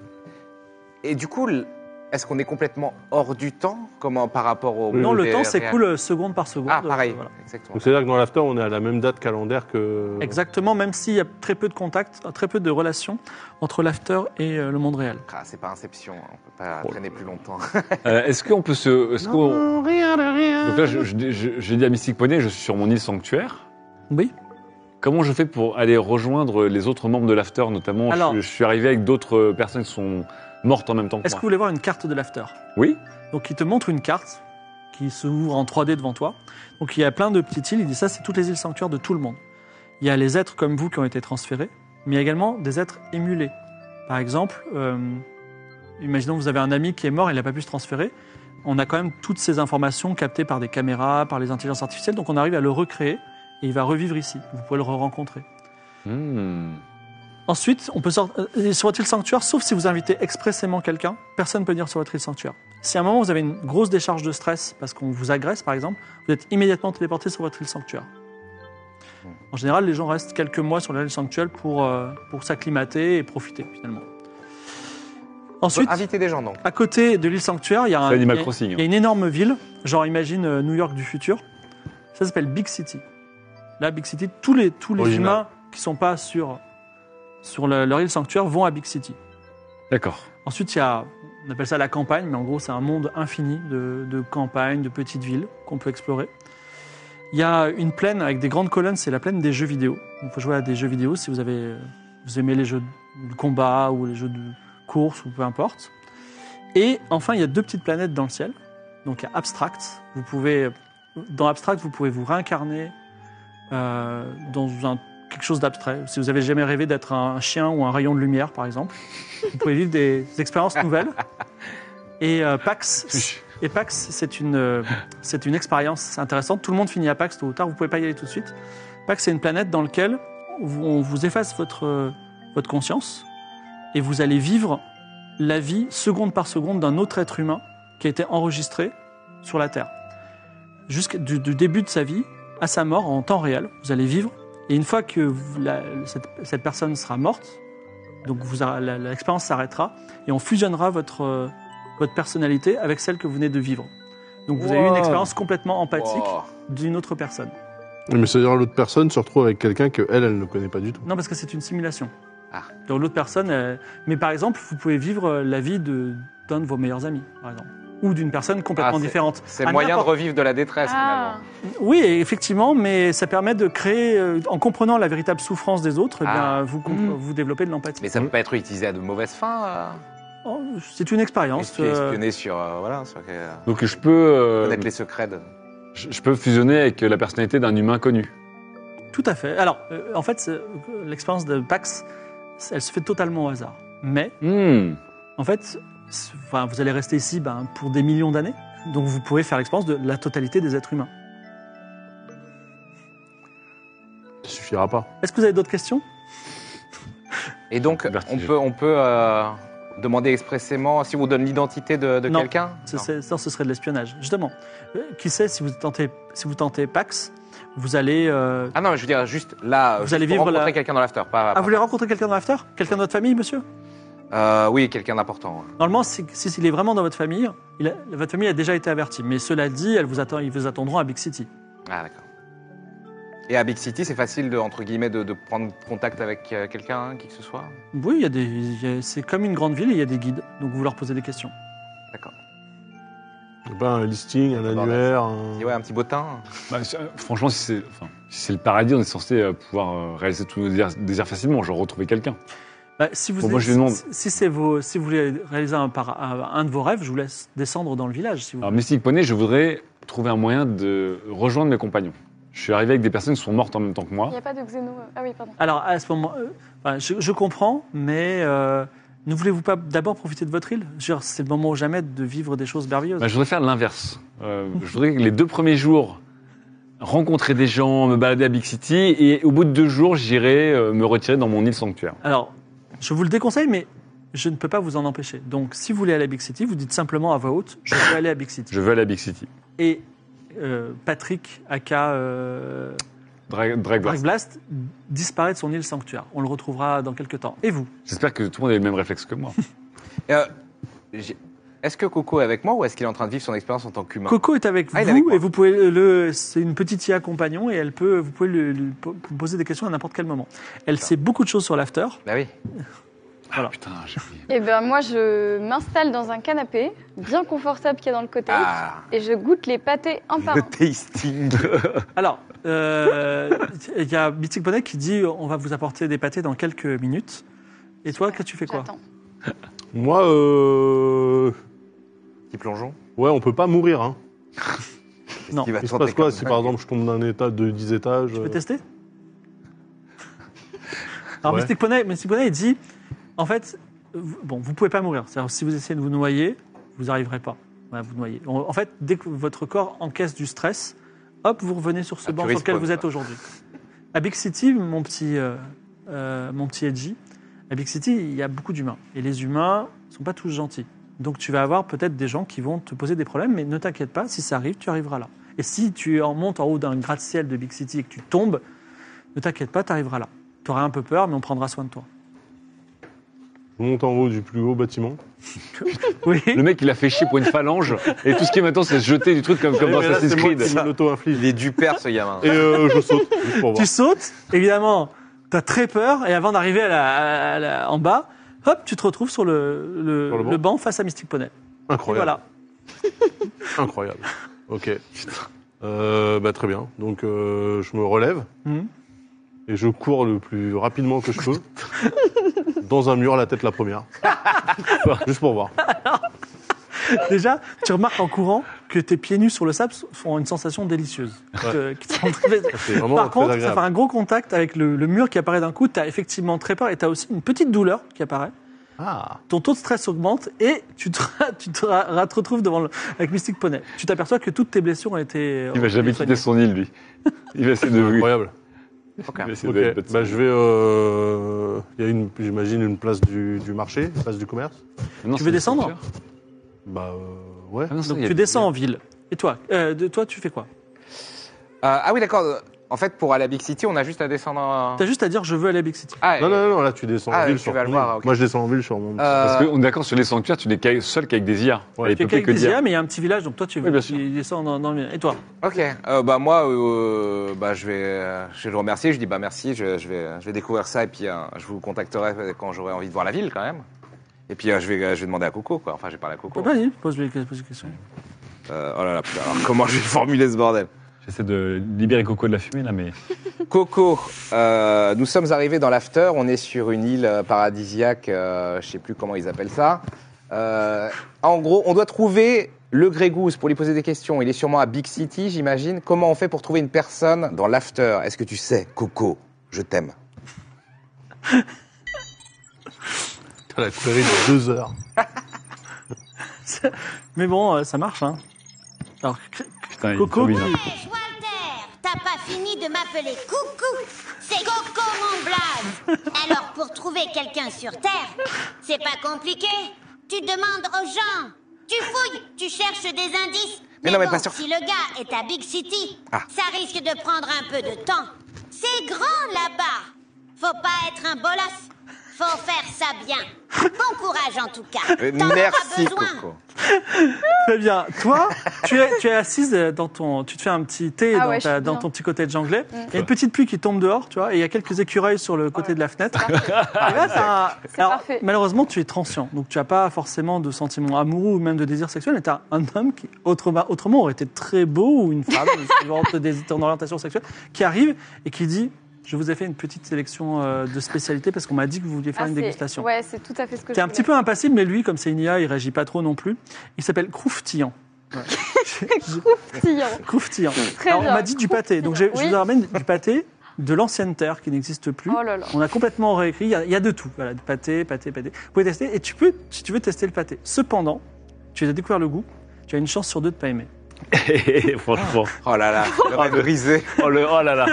C: Et du coup, l- est-ce qu'on est complètement hors du temps Comment par rapport au.
A: non, le
C: des-
A: temps
C: réel-
A: s'écoule euh, seconde par seconde.
C: Ah, pareil,
A: Euh, voilà.
C: exactement.
B: Donc c'est-à-dire que dans l'after, on est à la même date calendaire que.
A: Exactement, même s'il y a très peu de contacts, très peu de relations entre l'after et euh, le monde réel.
C: Ah, c'est pas Inception, hein, on peut pas
D: Oh.
C: traîner plus longtemps.
D: Euh, est-ce qu'on peut se. Est-ce qu'on...
B: rien de rien.
D: Donc là, je- je- je- j'ai dit à Mystic Poney, je suis sur mon île sanctuaire.
A: Oui.
D: Comment je fais pour aller rejoindre les autres membres de l'After, notamment
A: Alors-
D: je, je suis arrivé avec d'autres euh, personnes qui sont mortes en même temps que
A: Est-ce que vous
D: moi.
A: voulez voir une carte de l'after
D: Oui.
A: Donc il te montre une carte qui s'ouvre en 3D devant toi. Donc il y a plein de petites îles. Il dit ça, c'est toutes les îles sanctuaires de tout le monde. Il y a les êtres comme vous qui ont été transférés, mais il y a également des êtres émulés. Par exemple, euh, imaginons que vous avez un ami qui est mort, il n'a pas pu se transférer. On a quand même toutes ces informations captées par des caméras, par les intelligences artificielles, donc on arrive à le recréer et il va revivre ici. Vous pouvez le re-rencontrer.
D: Hmm.
A: Ensuite, on peut sortir sur votre île sanctuaire, sauf si vous invitez expressément quelqu'un, personne ne peut venir sur votre île sanctuaire. Si à un moment vous avez une grosse décharge de stress parce qu'on vous agresse par exemple, vous êtes immédiatement téléporté sur votre île sanctuaire. En général, les gens restent quelques mois sur l'île sanctuaire pour, euh, pour s'acclimater et profiter finalement. Ensuite,
C: Inviter des gens, donc.
A: à côté de l'île sanctuaire, Ah il y a un,
D: C'est Animal
A: il y a-
D: Crossing.
A: il y a une énorme ville, genre imagine euh, New York du futur. Ça s'appelle Big City. Là, Big City, tous les, tous les
B: Original.
A: humains qui sont pas sur, sur le- leur île sanctuaire vont à Big City.
D: D'accord.
A: Ensuite, il y a, on appelle ça la campagne, mais en gros, c'est un monde infini de, de campagnes, de petites villes qu'on peut explorer. Il y a une plaine avec des grandes colonnes, c'est la plaine des jeux vidéo. On peut jouer à des jeux vidéo si vous, avez, vous aimez les jeux de combat ou les jeux de course ou peu importe. Et enfin, il y a deux petites planètes dans le ciel. Donc il y a Abstract. Vous pouvez, dans Abstract, vous pouvez vous réincarner euh, dans un, quelque chose d'abstrait. Si vous avez jamais rêvé d'être un chien ou un rayon de lumière, par exemple, vous pouvez vivre des expériences nouvelles. Et euh, Pax, et Pax, c'est une, euh, c'est une expérience intéressante. Tout le monde finit à Pax tôt ou tard. Vous pouvez pas y aller tout de suite. Pax, c'est une planète dans laquelle on vous efface votre, euh, votre conscience et vous allez vivre la vie seconde par seconde d'un autre être humain qui a été enregistré sur la Terre. Jusqu'à du, du début de sa vie à sa mort en temps réel, vous allez vivre. Et une fois que vous- la- cette, cette personne sera morte, donc vous aurez- la- l'expérience s'arrêtera et on fusionnera votre, euh, votre personnalité avec celle que vous venez de vivre. Donc vous avez eu une
D: Wow.
A: expérience complètement empathique
C: Wow.
A: d'une autre personne.
B: Mais c'est-à-dire que l'autre personne se retrouve avec quelqu'un que elle, elle ne connaît pas du tout.
A: Non, parce que c'est une simulation.
C: Ah.
A: Donc l'autre personne. euh, Mais par exemple, vous pouvez vivre euh, la vie de- d'un de, vos meilleurs amis, par exemple. Ou d'une personne complètement
C: Ah,
A: différente.
C: C'est
A: À
C: le moyen de
A: n'importe-
C: revivre de la détresse,
E: Ah,
A: Oui, effectivement, mais ça permet de créer, euh, en comprenant la véritable souffrance des autres, eh bien,
C: Ah.
A: vous, comp-
C: Mm.
A: vous développez de l'empathie.
C: finalement. Mais ça peut pas être utilisé à de mauvaises fins.
A: Oh, c'est une
C: Euh,
A: expérience.
C: espionner-
A: euh,
C: espionner sur. euh, voilà, sur. euh,
D: Donc je peux. euh,
C: connaître les secrets de.
D: Je, je peux fusionner avec la personnalité d'un humain connu.
A: Tout à fait. Alors, euh, en fait, c'est- euh, l'expérience de Pax, c'est- elle se fait totalement au hasard. Mais,
D: Hmm.
A: en fait, c'est- enfin, vous allez rester ici ben, pour des millions d'années, donc vous pouvez faire l'expérience de la totalité des êtres humains.
B: Ça suffira pas.
A: Est-ce que vous avez d'autres questions
C: Et donc, on
D: Vertigineux.
C: peut, on peut euh, demander expressément si on vous donne l'identité de, de
A: Non.
C: quelqu'un
A: Ça,
C: Non.
A: c'est- ça, ce serait de l'espionnage. Justement, euh, qui sait, si vous tentez, si vous tentez Pax, vous allez... euh,
C: Ah non, mais je veux dire, juste là, euh,
A: Vous
C: juste
A: allez
C: pour
A: vivre la-
C: rencontrer quelqu'un dans l'after. Pas,
A: Ah,
D: bah.
C: pas-
A: vous voulez rencontrer quelqu'un dans l'after Quelqu'un de votre famille, monsieur
C: Euh, oui, quelqu'un d'important.
A: Normalement, si- si- s'il est vraiment dans votre famille, il a- votre famille a déjà été avertie. Mais cela dit, elle vous attend, ils vous attendront à Big City.
C: Ah, d'accord. Et à Big City, c'est facile, de, entre guillemets, de, de prendre contact avec euh, quelqu'un, hein, qui que ce soit
A: Oui, il y a des, il y a- c'est comme une grande ville, et il y a des guides. Donc vous leur posez des questions.
C: D'accord.
B: Eh ben, un listing, un
C: Bordel.
B: annuaire. un-
C: Et ouais, un petit bottin.
D: Bah, c'est- euh, franchement, si c'est enfin, si c'est le paradis, on est censé euh, pouvoir euh, réaliser tous nos désirs, désirs facilement, genre retrouver quelqu'un.
A: Bah, si vous,
D: Bon, moi, je lui demande.
A: si, si c'est vos, si vous voulez réaliser un, par- un- un de vos rêves, je vous laisse descendre dans le village. Si vous...
D: Alors, Mystique Poney, je voudrais trouver un moyen de rejoindre mes compagnons. Je suis arrivé avec des personnes qui sont mortes en même temps que moi.
E: Il n'y a pas de xéno. Ah oui, pardon.
A: Alors à ce moment, euh, enfin, je, je comprends, mais euh, ne voulez-vous pas d'abord profiter de votre île Je veux dire, C'est le moment ou jamais de vivre des choses merveilleuses.
D: Bah, je voudrais faire l'inverse. Euh, je voudrais que les deux premiers jours, rencontrer des gens, me balader à Big City, et au bout de deux jours, j'irai euh, me retirer dans mon île sanctuaire.
A: Alors, je vous le déconseille, mais je ne peux pas vous en empêcher. Donc si vous voulez aller à Big City, vous dites simplement à voix haute Je veux aller à Big City.
D: Je veux aller à Big City.
A: Et euh, Patrick, aka euh,
D: Drag, Drag Blast.
A: Black Blast, disparaît de son île sanctuaire. On le retrouvera dans quelques temps. Et vous
D: J'espère que tout le monde a les mêmes réflexes que moi.
C: Euh, j'ai- est-ce que Coco est avec moi ou est-ce qu'il est en train de vivre son expérience en tant qu'humain
A: Coco est avec
C: Ah, il
A: vous
C: est avec moi.
A: et vous pouvez le. C'est une petite IA compagnon et elle peut. Vous pouvez lui, lui po- poser des questions à n'importe quel moment. Elle sait beaucoup de choses sur l'after.
C: Bah oui.
D: Ah, putain, j'ai oublié.
E: Et ben moi, je m'installe dans un canapé, bien confortable qu'il y a dans le cottage,
C: Ah,
E: et je goûte les pâtés un par
C: le
E: un.
C: tasting.
A: Alors, euh, il y a Mythic Bonnet qui dit on va vous apporter des pâtés dans quelques minutes. Et toi, que tu fais quoi
E: J'attends.
B: Moi, euh...
C: Petit plongeon.
B: ouais, on peut pas mourir. Hein.
C: Qu'est-ce
A: Non.
C: qu'il va
B: Il se
C: tenter
B: passe quoi
C: comme-
B: si par exemple je tombe d'un état de 10 étages
A: Tu peux
B: euh,
A: tester Alors,
B: Ouais.
A: Mystic Poney, Mystic Poney, il dit en fait, vous- bon, vous pouvez pas mourir. C'est-à-dire, si vous essayez de vous noyer, vous n'arriverez pas à vous noyer. En en fait, dès que votre corps encaisse du stress, hop, vous revenez sur ce
C: Ah,
A: banc
C: tu
A: sur lequel
C: respawn,
A: vous êtes
C: quoi.
A: aujourd'hui. À Big City, mon petit, euh, euh, mon petit Edgy, à Big City, il y a beaucoup d'humains. Et les humains sont pas tous gentils. Donc, tu vas avoir peut-être des gens qui vont te poser des problèmes, mais ne t'inquiète pas, si ça arrive, tu arriveras là. Et si tu en montes en haut d'un gratte-ciel de Big City et que tu tombes, ne t'inquiète pas, tu arriveras là. Tu auras un peu peur, mais on prendra soin de toi.
B: Je monte en haut du plus haut bâtiment.
A: Oui.
D: Le mec, il a fait chier pour une phalange, et tout ce qui est maintenant, c'est se jeter du truc comme, comme dans
B: Et là,
D: Assassin's
B: c'est moi qui
D: Creed.
B: me l'auto-inflige.
C: Il est du père, ce gamin.
B: Et euh, je saute, juste pour voir.
A: Tu sautes, évidemment, tu as très peur, et avant d'arriver à la- à la- en bas, hop, tu te retrouves sur le, le-
B: Sur le banc.
A: le banc face à Mystic Poney. Et
B: Incroyable.
A: voilà.
B: Incroyable. Ok. Euh, bah, très bien. Donc euh, je me relève
A: Mhm.
B: et je cours le plus rapidement que je peux dans un mur, la tête la première. Juste pour voir.
A: Déjà, tu remarques en courant que tes pieds nus sur le sable font une sensation délicieuse.
B: Ouais.
A: Que- qui te rend très-
B: C'est vraiment
A: Par
B: très
A: contre, ça
B: agréable.
A: fait un gros contact avec le, le mur qui apparaît d'un coup. Tu as effectivement très peur et tu as aussi une petite douleur qui apparaît.
B: Ah.
A: ton taux de stress augmente et tu te, tu te, ra- te retrouves devant le, avec Mystic Poney. Tu t'aperçois que toutes tes blessures ont été.
D: Il va jamais quitter son île, lui. Il va essayer de.
B: Incroyable.
C: Ok.
D: il va essayer
B: Ok.
D: de- de-
B: Bah, je vais. euh, Il y a une, j'imagine, une place du, du marché, une place du commerce.
D: Non,
A: Tu
D: c'est
A: veux
D: une
A: descendre
D: structure.
B: Bah euh, ouais.
D: Ah non, ça, il
A: Donc
D: y a
A: tu
D: des-
A: descends en ville. Et toi, euh, de, toi, tu fais quoi
C: Euh, ah oui, d'accord. En fait, pour aller à Big City, on a juste à descendre. en-
A: T'as juste à dire je veux aller à Big City.
C: Ah,
B: Non,
C: et-
B: non, non, là tu descends
C: Ah,
B: en ville
C: tu
B: sur
C: vas le
B: ton
C: voir,
B: île.
C: ok.
B: Moi je descends en ville sur mon.
C: Euh,
D: Parce qu'on est d'accord, sur les sanctuaires, tu n'es qu'à- seul qu'avec des IA. Et
A: tu es
D: peut plus
A: avec
D: que
A: des
D: dire.
A: IA, mais il y a un petit village, donc toi tu,
D: Oui, bien
A: tu
D: sûr.
A: descends dans, dans le village. Et toi
C: Ok, euh, bah moi, euh, bah, je, vais, euh, je vais le remercier. Je dis bah merci, je, je vais, je vais découvrir ça et puis euh, je vous contacterai quand j'aurai envie de voir la ville quand même. Et puis euh, je, vais, euh, je vais demander à Coco quoi. Enfin, j'ai parlé à Coco.
A: Vas-y, pose-lui pose une question.
C: Euh, oh là là, putain, alors comment je vais formuler ce bordel
D: J'essaie de libérer Coco de la fumée, là, mais.
C: Coco, euh, nous sommes arrivés dans l'after. On est sur une île euh, paradisiaque, euh, je sais plus comment ils appellent ça. Euh, en gros, on doit trouver le Grégousse pour lui poser des questions. Il est sûrement à Big City, j'imagine. Comment on fait pour trouver une personne dans l'after Est-ce que tu sais, Coco, je t'aime
B: T'as la query de deux heures.
A: Mais bon, euh, ça marche. Hein. Alors, cr-
D: Putain, Ah, il est
A: Coco,
D: trop bizarre.
F: Wesh, Walter, t'as pas fini de m'appeler coucou C'est Coco mon blaze Alors pour trouver quelqu'un sur Terre, c'est pas compliqué. Tu demandes aux gens, tu fouilles, tu cherches des indices.
C: Mais non, mais
F: bon,
C: pas sur-
F: si le gars est à Big City,
C: Ah.
F: ça risque de prendre un peu de temps. C'est grand là-bas. Faut pas être un bolos. Faut faire ça bien. Bon courage en tout cas.
C: Euh,
F: T'en auras
C: Merci,
F: besoin.
C: Coco.
A: Très Eh bien. Toi, tu es, tu es assise dans ton, tu te fais un petit thé
E: Ah
A: dans,
E: ouais,
A: ta-
E: je suis
A: dans
E: bien.
A: ton petit cottage anglais. Il y a une petite pluie qui tombe dehors, tu vois, et il y a quelques écureuils sur le côté de la fenêtre. Et là, t'as un- alors,
E: parfait.
A: malheureusement, tu es transient, donc tu n'as pas forcément de sentiments amoureux ou même de désir sexuel, mais tu as un homme qui, autrement, autrement, aurait été très beau ou une femme, suivant te- des- ton orientation sexuelle, qui arrive et qui dit Je vous ai fait une petite sélection euh, de spécialités parce qu'on m'a dit que vous vouliez faire
E: Ah,
A: une
E: c'est-
A: dégustation.
E: Ouais, c'est tout à fait ce que je
A: T'es un petit peu impassible, mais lui, comme c'est une IA, il réagit pas trop non plus. Il s'appelle Crouftillant.
E: voulais.
A: Crouftillant.
E: Très
A: Alors, on
E: bien.
A: m'a dit du pâté. Donc, j'ai- je,
E: Oui.
A: vous ramène du pâté de l'ancienne terre qui n'existe plus.
E: Oh là là.
A: On a complètement réécrit. Il y a, il y a de tout. Voilà, du pâté, pâté, pâté. Vous pouvez tester. Et tu peux, si tu veux, tester le pâté. Cependant, tu as découvert le goût. Tu as une chance sur deux de pas aimer.
D: Franchement.
C: Oh là là, le rêve brisé.
D: Oh, le, oh là là.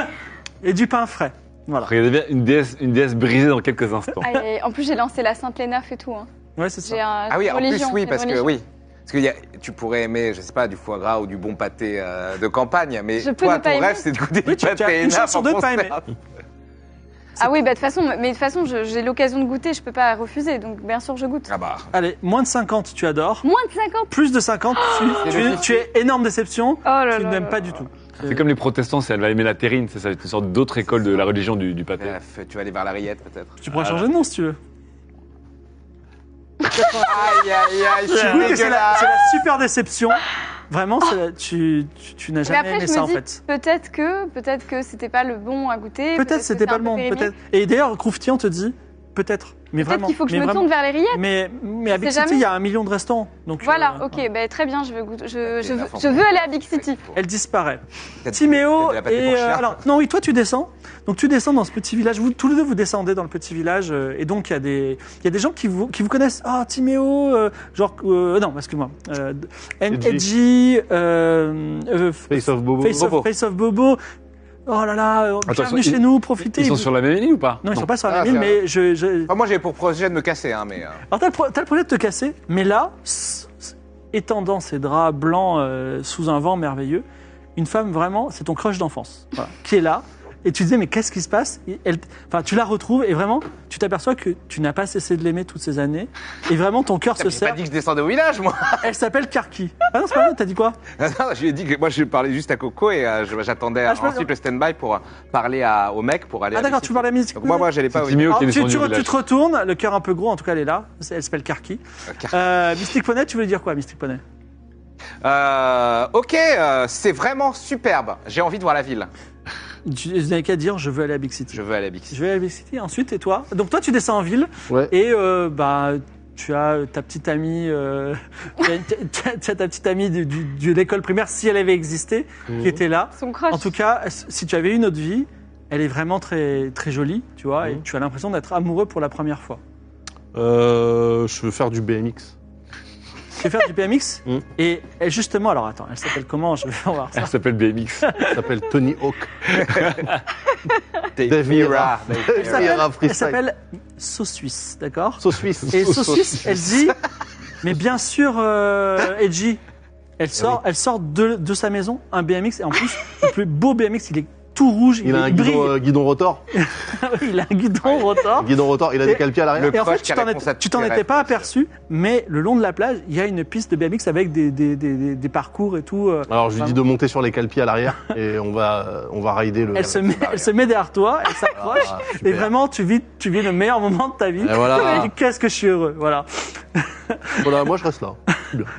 A: Et du pain frais. Voilà.
D: Regardez bien une déesse, une déesse brisée dans quelques instants.
E: Ah, et en plus, j'ai lancé la Sainte Lénaf et tout. hein.
A: Ouais, c'est
E: J'ai
A: ça.
E: un.
C: Ah oui,
E: une
C: en plus,
E: religion,
C: oui,
E: une
C: parce que
E: religion.
C: oui. Parce que y a- tu pourrais aimer, je sais pas, du foie gras ou du bon pâté euh, de campagne, mais
E: Je peux
C: toi,
E: ne pas
C: ton rêve,
E: aimer.
C: c'est de goûter
A: Oui,
C: du
A: tu- tu as
C: pâté
A: une chance
C: Hénin
A: sur
C: en
A: deux de pas aimer.
C: conserve.
E: Ah oui, bah de toute façon, mais de toute façon, je- j'ai l'occasion de goûter, je peux pas refuser, donc bien sûr, je goûte.
C: Ah bah,
A: Allez, moins de 50, tu adores.
E: Moins de 50
A: Plus de 50, tu, tu-
C: le
A: tu es énorme déception.
E: Oh là
A: tu
E: là
A: n'aimes
E: là
A: pas
E: là.
A: du tout.
D: C'est comme les protestants, c'est elle va aimer la terrine, c'est ça, c'est une sorte d'autre école de la religion du, du pâté.
C: bref, tu vas aller vers la rillette peut-être.
A: Tu pourras changer de nom si tu veux.
C: Aïe, aïe, aïe,
A: Du
C: c'est
A: coup, c'est la,
C: dégueulasse.
A: c'est la super déception. Vraiment, c'est la- tu, tu, tu n'as
E: Ah. Mais
A: jamais
E: après,
A: aimé
E: je
A: ça
E: me
A: en
E: dis,
A: fait.
E: peut-être que, peut-être que c'était pas le bon à goûter.
A: Peut-être
E: que
A: c'était
E: c'est
A: pas
E: un
A: le
E: peu
A: bon.
E: périmé.
A: Peut-être. Et d'ailleurs, Crouftillant te dit peut-être. Mais
E: Peut-être
A: vraiment.
E: qu'il faut que je
A: mais
E: me
A: vraiment.
E: tourne vers les rillettes.
A: Mais, mais à Big
E: sait
A: City,
E: jamais.
A: il y a un million de restaurants. Donc,
E: Voilà,
A: euh,
E: ok, bah, très bien, je veux, goûter- je, je, veux-
C: Lénaf en
E: je veux
C: conserve.
E: aller à Big City.
A: Elle disparaît.
C: Peut-être-
A: Timéo
C: peut-être de la pâté
A: et
C: pour chien.
A: euh, alors non oui toi tu descends donc tu descends dans ce petit village vous tous les deux vous descendez dans le petit village euh, et donc il y a des il y a des gens qui vous qui vous connaissent ah Timéo euh, genre euh, non excuse-moi euh,
B: Edgy.
A: Edgy euh, euh,
B: Face of Bobo.
A: Face of,
B: Bobo.
A: Face of Bobo. Oh là là, euh,
D: Attends,
A: bienvenue
D: ils sont-
A: chez nous, profitez.
D: Ils sont
A: Vous-
D: sur la même ligne ou pas
A: Non, ils sont pas sur la
C: Ah,
A: même île,
C: c'est vrai.
A: mais je. je-
C: Enfin, moi, j'ai pour projet de me casser, hein, mais. euh,
A: Alors, t'as le, pro- t'as le projet de te casser, mais là, s- s- étendant ses draps blancs euh, sous un vent merveilleux, une femme vraiment, c'est ton crush d'enfance, voilà, qui est là. Et tu te disais, mais qu'est-ce qui se passe Et elle, Enfin, tu la retrouves et vraiment, tu t'aperçois que tu n'as pas cessé de l'aimer toutes ces années. Et vraiment, ton cœur se
C: J'ai pas
A: serre.
C: dit que je descendais au village, moi.
A: Elle s'appelle Karki. Ah non, c'est pas vrai, t'as dit quoi
C: Non, non, je lui ai dit que moi, je parlais juste à Coco et euh, je- j'attendais
A: Ah, je
C: ensuite le stand-by pour euh, parler à, au mec pour aller.
A: Ah
C: à
A: d'accord,
C: Big
A: tu parles à la musique.
C: City. Donc, moi, moi, j'allais pas.
D: C'est
C: au-
D: Timéo
A: Alors,
D: qui est
A: tu,
D: descendu
A: tu,
D: au
A: re- tu
D: village.
A: te retournes, le cœur un peu gros, en tout cas elle est là, elle s'appelle Karki.
C: Euh, Karki.
A: Euh, Mystic Poney, tu voulais dire quoi Mystic Poney
C: Euh, ok, euh, c'est vraiment superbe. J'ai envie de voir la ville.
A: Tu tu n'avais qu'à dire je veux aller à Big City.
C: Je veux aller à Big City.
A: Je vais aller à Big City ensuite et toi Donc toi tu descends en ville
B: Ouais.
A: et euh, bah tu as euh, ta petite amie, euh, tu as une- tu as- tu as ta petite amie du- du- de, l'école primaire si elle avait existé qui était là.
E: Son crush.
A: En tout cas, si tu avais une autre vie, elle est vraiment très très jolie, tu vois, et tu as l'impression d'être amoureux pour la première fois.
B: Euh, je veux faire du BMX.
A: Tu veux faire du PMX
B: Mm.
A: et elle, justement alors attends, elle s'appelle comment Je vais voir ça.
D: Elle s'appelle BMX.
B: Ça s'appelle Tony Hawk.
C: Dave Mira.
B: Dave
A: Elle s'appelle-
B: Mira
A: Elle
B: freestyle.
A: s'appelle Sauce Suisse, d'accord
B: Sauce suisse.
A: Et Saucisse, elle dit, mais bien sûr, euh, Edgy, elle
B: Ah
A: sort, elle sort de, de sa maison un BMX, et en plus, le plus beau BMX, il est tout rouge, il,
B: Il a un
A: brille, Ah
B: guidon, euh, guidon rotor.
A: il a un guidon rotor.
B: Guidon rotor, il a
A: Et-
B: des calpiers à l'arrière.
C: Le-
A: Et en fait,
C: proche
A: tu
C: qui
A: t'en
C: répond
A: étais-
C: à tous
A: tu t'en
C: tes
A: étais
C: rêves.
A: pas aperçu, mais le long de la plage, il y a une piste de BMX avec des, des, des, des- des parcours et tout. euh,
B: Alors je lui
A: enfin,
B: dis de monter sur les calpiers à l'arrière et on va, euh, on va rider le.
A: Elle se, met, elle se met derrière toi, elle s'accroche,
B: Ah, super.
A: et vraiment, tu vis, tu vis le meilleur moment de ta vie.
B: Et voilà.
A: Tu te dis, Qu'est-ce que je suis heureux, voilà.
B: Voilà, moi je reste là.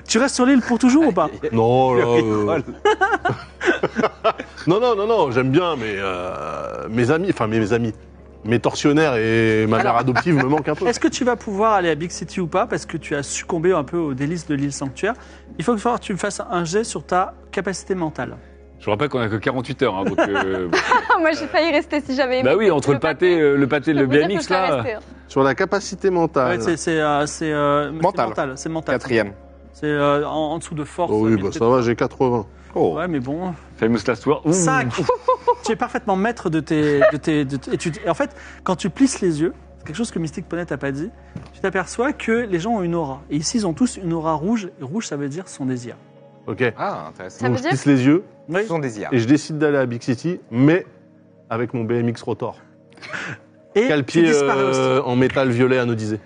A: Tu restes sur l'île pour toujours ou pas
B: Non, là, euh,
C: rigole.
B: non, non, non, non, j'aime bien, mais euh, mes amis, enfin mes, mes amis, Mes tortionnaires et ma mère adoptive me manquent un peu.
A: Est-ce que tu vas pouvoir aller à Big City ou pas Parce que tu as succombé un peu aux délices de l'île sanctuaire. Il faut que tu me fasses un jet sur ta capacité mentale.
D: Je vous rappelle qu'on a que 48 heures. hein, donc, euh, bon.
E: Moi, j'ai failli rester si j'avais aimé.
D: bah oui, entre le pâté, euh, le pâté et le BMX, là.
B: Sur la capacité mentale.
A: Ouais, c'est c'est, euh, c'est, euh, c'est
C: Mental.
A: mental. C'est mental.
C: Quatrième.
A: C'est euh, en, en dessous de force.
B: Oh oui, bah
A: 1700.
B: ça va, j'ai 80.
C: Oh.
A: Ouais, mais bon.
D: Famous Last Word. Ouh.
A: 5 Tu es parfaitement maître de tes. De tes, de tes- et tu- et en fait, quand tu plisses les yeux, c'est quelque chose que Mystique Ponette n'a pas dit, tu t'aperçois que les gens ont une aura. Et ici, ils ont tous une aura rouge. Et rouge, ça veut dire son désir.
B: Ok.
C: Ah, intéressant.
E: Ça
B: Donc
E: veut
B: je
E: dire-
B: plisse les yeux
A: Oui.
C: Son désir.
B: et je décide d'aller à Big City, mais avec mon BMX rotor.
A: Et
B: Quel
A: tu
B: pied
A: disparais aussi.
B: euh, en métal violet anodisé.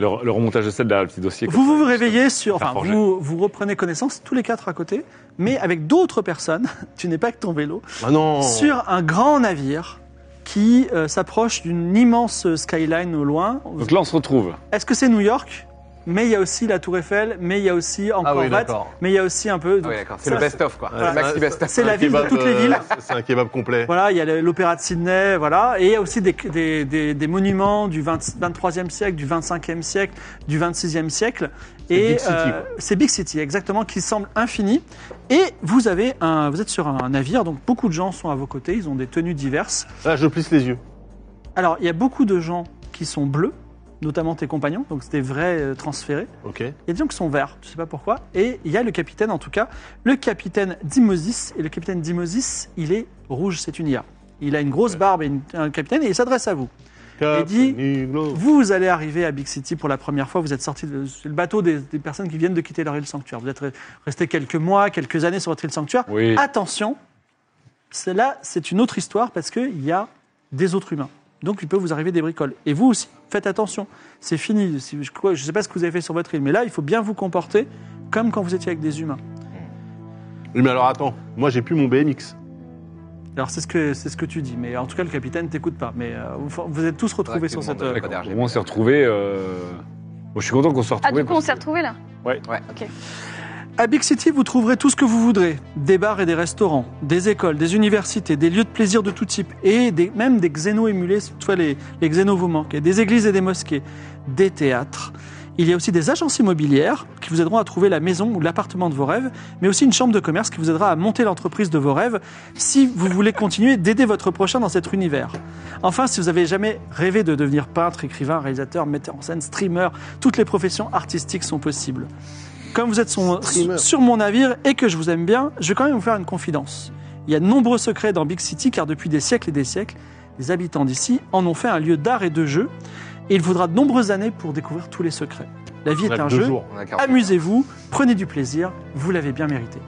D: Le, le remontage de celle là, le petit dossier.
A: Vous vous, vous réveillez sur,
D: Faire
A: enfin,
D: forger.
A: vous, vous reprenez connaissance tous les quatre à côté, mais avec d'autres personnes, tu n'es pas que ton vélo,
B: Ah non
A: sur un grand navire qui euh, s'approche d'une immense skyline au loin.
D: Donc là, on se retrouve.
A: Est-ce que c'est New York Mais il y a aussi la Tour Eiffel, mais il y a aussi encore
B: oui,
A: Watt,
B: d'accord.
A: mais il y a aussi un peu.
C: Ah
A: donc
C: oui, d'accord. C'est
A: ça,
C: le best-of, quoi.
B: Voilà.
C: Le maxi best-of.
A: C'est la
B: Un
A: ville de
B: kebab,
A: toutes les
B: euh,
A: villes.
B: C'est un kebab complet.
A: Voilà, il y a le- l'opéra de Sydney, voilà, et il y a aussi des, des, des, des monuments du 20 23e siècle, du 25e siècle, du 26e siècle. Et
B: Big City,
A: euh,
B: quoi.
A: c'est Big City, exactement, qui semble infini. Et vous avez un, vous êtes sur un navire, donc beaucoup de gens sont à vos côtés, ils ont des tenues diverses.
B: Là, je plisse les yeux.
A: Alors, il y a beaucoup de gens qui sont bleus, notamment tes compagnons, donc c'est des vrais euh, transférés.
B: Ok.
A: Il y a des gens qui sont verts, je sais pas pourquoi. Et il y a le capitaine, en tout cas, le capitaine Dimosis. Et le capitaine Dimosis, il est rouge, c'est une IA. Il a une grosse barbe et une- un capitaine et il s'adresse à vous.
B: Cap
A: dit-
B: Niglo.
A: Vous allez arriver à Big City pour la première fois. Vous êtes sorti de c'est le bateau des, des personnes qui viennent de quitter leur île sanctuaire. Vous êtes re- resté quelques mois, quelques années sur votre île sanctuaire.
D: Oui.
A: Attention, c'est là, c'est une autre histoire parce qu'il y a des autres humains. Donc il peut vous arriver des bricoles. Et vous aussi, faites attention. C'est fini. Si- Je ne sais pas ce que vous avez fait sur votre île, mais là, il faut bien vous comporter comme quand vous étiez avec des humains.
B: Oui, mais alors attends, moi j'ai plus mon BMX.
A: Alors c'est ce que c'est ce que tu dis, mais en tout cas le capitaine t'écoute pas. Mais euh, vous, vous êtes tous retrouvés sur cette.
C: Faudrait qu'il demande
A: euh,
C: Pas
D: D'accord.
C: d'argent.
D: Au moins, on s'est retrouvés. euh, bon, je suis content qu'on se soit
E: Ah,
D: retrouvés.
E: du coup, on
D: parce
E: s'est
D: que-
E: retrouvés là
A: À Big City, vous trouverez tout ce que vous voudrez. Des bars et des restaurants, des écoles, des universités, des lieux de plaisir de tout type, et des- même des xénos émulés, si toutefois les, les xénos vous manquent, et des églises et des mosquées, des théâtres. Il y a aussi des agences immobilières qui vous aideront à trouver la maison ou l'appartement de vos rêves, mais aussi une chambre de commerce qui vous aidera à monter l'entreprise de vos rêves si vous voulez continuer d'aider votre prochain dans cet univers. Enfin, si vous avez jamais rêvé de devenir peintre, écrivain, réalisateur, metteur en scène, streamer, toutes les professions artistiques sont possibles. Comme vous êtes son-
B: Streamer.
A: sur mon navire et que je vous aime bien, je vais quand même vous faire une confidence. Il y a de nombreux secrets dans Big City car depuis des siècles et des siècles, les habitants d'ici en ont fait un lieu d'art et de jeu et il faudra de nombreuses années pour découvrir tous les secrets. La vie
B: On a
A: est
B: que
A: un
B: deux
A: jeu,
B: jours.
C: On a 40.
A: amusez-vous, prenez du plaisir, vous l'avez bien mérité.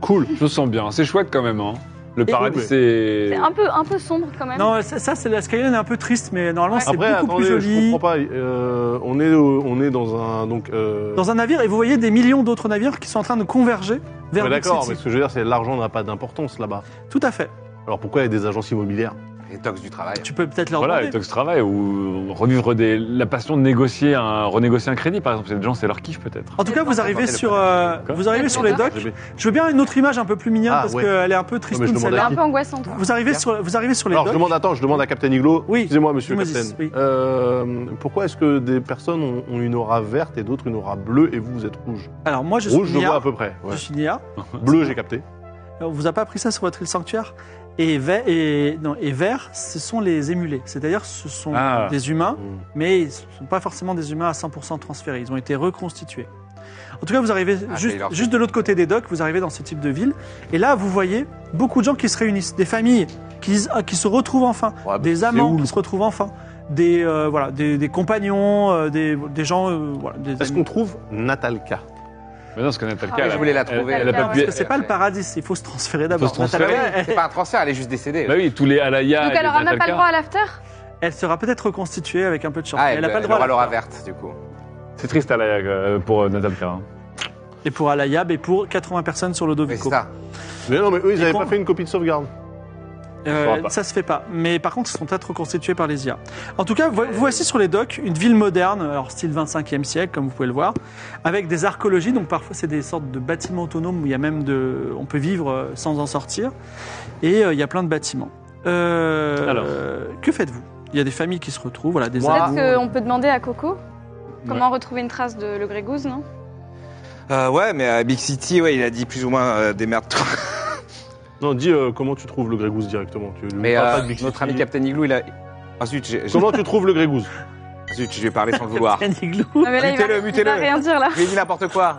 D: Cool. Je me sens bien. C'est chouette quand même. Hein. Le
A: Et-
D: paradis,
B: Oui,
D: c'est.
E: C'est un peu, un peu sombre quand même.
A: Non, ça, ça, c'est la Skyline est un peu triste, mais normalement c'est beaucoup
B: Après,
A: plus
B: attendez, je
A: joli.
B: comprends pas. euh, on, est, au- on est dans un. Donc, euh,
A: Dans un navire, et vous voyez des millions d'autres navires qui sont en train de converger vers
B: ouais,
A: Big
B: d'accord,
A: City.
B: mais ce que je veux dire, c'est que l'argent n'a pas d'importance là-bas.
A: Tout à fait.
B: Alors pourquoi il y a des agences immobilières
C: Les tox du travail.
A: Tu peux peut-être leur
D: Voilà, les
A: demander.
D: tox travail ou revivre des, la passion de négocier, un, renégocier un crédit par exemple. C'est des gens, c'est leur kiff peut-être.
A: En tout cas, vous arrivez
C: Attendez, le
A: sur,
C: premier.
A: euh,
D: D'accord.
A: vous arrivez sur les docks.
B: RGB.
A: Je veux bien une autre image un peu plus mignonne
B: Ah,
A: parce
B: ouais.
A: qu'elle est un peu
B: Non,
A: tristoune
B: mais je demande
E: C'est
A: celle-là.
E: un peu angoissant.
A: Vous arrivez sur, vous arrivez sur les
B: Alors je
A: docks.
B: demande, attends, je demande à Captain Iglo.
A: Oui.
B: Excusez-moi, monsieur le
A: Moses,
B: Captain.
A: oui.
B: Euh, pourquoi est-ce que des personnes ont, ont une aura verte et d'autres une aura bleue et vous, vous êtes rouge
A: Alors moi, je suis
B: Rouge, je vois à
A: Nia.
B: peu près. ouais.
A: Je suis Nia.
B: Bleu, j'ai capté.
A: On vous a pas appris ça sur votre île sanctuaire et, ve- et, non, et vert, ce sont les émulés. C'est-à-dire, ce sont
D: Ah.
A: des humains mais ils ne sont pas forcément des humains à 100% transférés, ils ont été reconstitués. En tout cas, vous arrivez
C: Ah,
A: juste,
C: c'est leur-
A: juste de l'autre côté des docks, vous arrivez dans ce type de ville, et là, vous voyez beaucoup de gens qui se réunissent, des familles qui, se- ah, qui se retrouvent enfin,
C: Ah,
B: bah,
A: des
B: c'est
A: amants
B: où,
A: qui se retrouvent enfin, des, euh, voilà, des, des compagnons, euh, des, des gens... euh, voilà, des
B: Est-ce
A: amis.
B: qu'on trouve Natalka
D: Mais non, ce qu'on a
E: Ah,
D: Talca.
E: je
C: Je voulais la trouver.
D: Elle a pas
E: ouais.
D: pu.
A: Parce que c'est pas le paradis, il faut se transférer d'abord.
D: se transférer.
A: Nathalie, elle-
C: C'est pas un transfert, elle est juste décédée.
D: Bah oui, tous les Alaya.
E: Donc
D: et
E: elle aura
D: les
E: même pas le
D: Talca.
E: droit à l'after
A: Elle sera peut-être reconstituée avec un peu de chance.
C: Ah,
A: mais
C: elle,
A: elle n'a pas le droit.
C: aura
A: à la
C: l'aura
A: faire.
C: verte, du coup.
D: C'est triste Alaya euh, pour euh, Natalka. hein.
A: Et pour Alayab et pour 80 personnes sur le dos
C: Mais
A: du
C: c'est ça.
B: Mais non, mais eux, ils n'avaient
A: con-
B: pas fait une copie de sauvegarde.
A: Euh,
D: Ça va pas.
A: ça se fait pas. Mais par contre, ils sont peut-être reconstitués par les IA. En tout cas, vo- voici sur les docks une ville moderne, alors style 25e siècle, comme vous pouvez le voir, avec des archéologies. Donc parfois, c'est des sortes de bâtiments autonomes où il y a même de, on peut vivre euh, sans en sortir. Et euh, il y a plein de bâtiments. Euh,
D: Alors.
A: euh, que faites-vous Il y a des familles qui se retrouvent, voilà, des
E: Peut-être
A: amours.
E: qu'on peut demander à Coco comment retrouver une trace de Le Grégouze, non
C: Euh, ouais, mais à Big City, ouais, il a dit plus ou moins euh, démerde-toi.
B: Non, dis euh, comment tu trouves le Grégousse directement. Tu lui
C: Mais
B: parles
C: euh,
B: pas de Big
C: notre
B: City.
C: ami Captain Igloo, il a. Ah zut, j'ai j'ai-
B: Comment tu trouves le Grégousse
C: zut, j'ai parlé sans le vouloir.
A: Captain Igloo.
E: Non, mais là, il va-
C: Mutez-le,
E: il va,
C: mutez-le.
E: rien dire là.
C: J'ai dit n'importe quoi.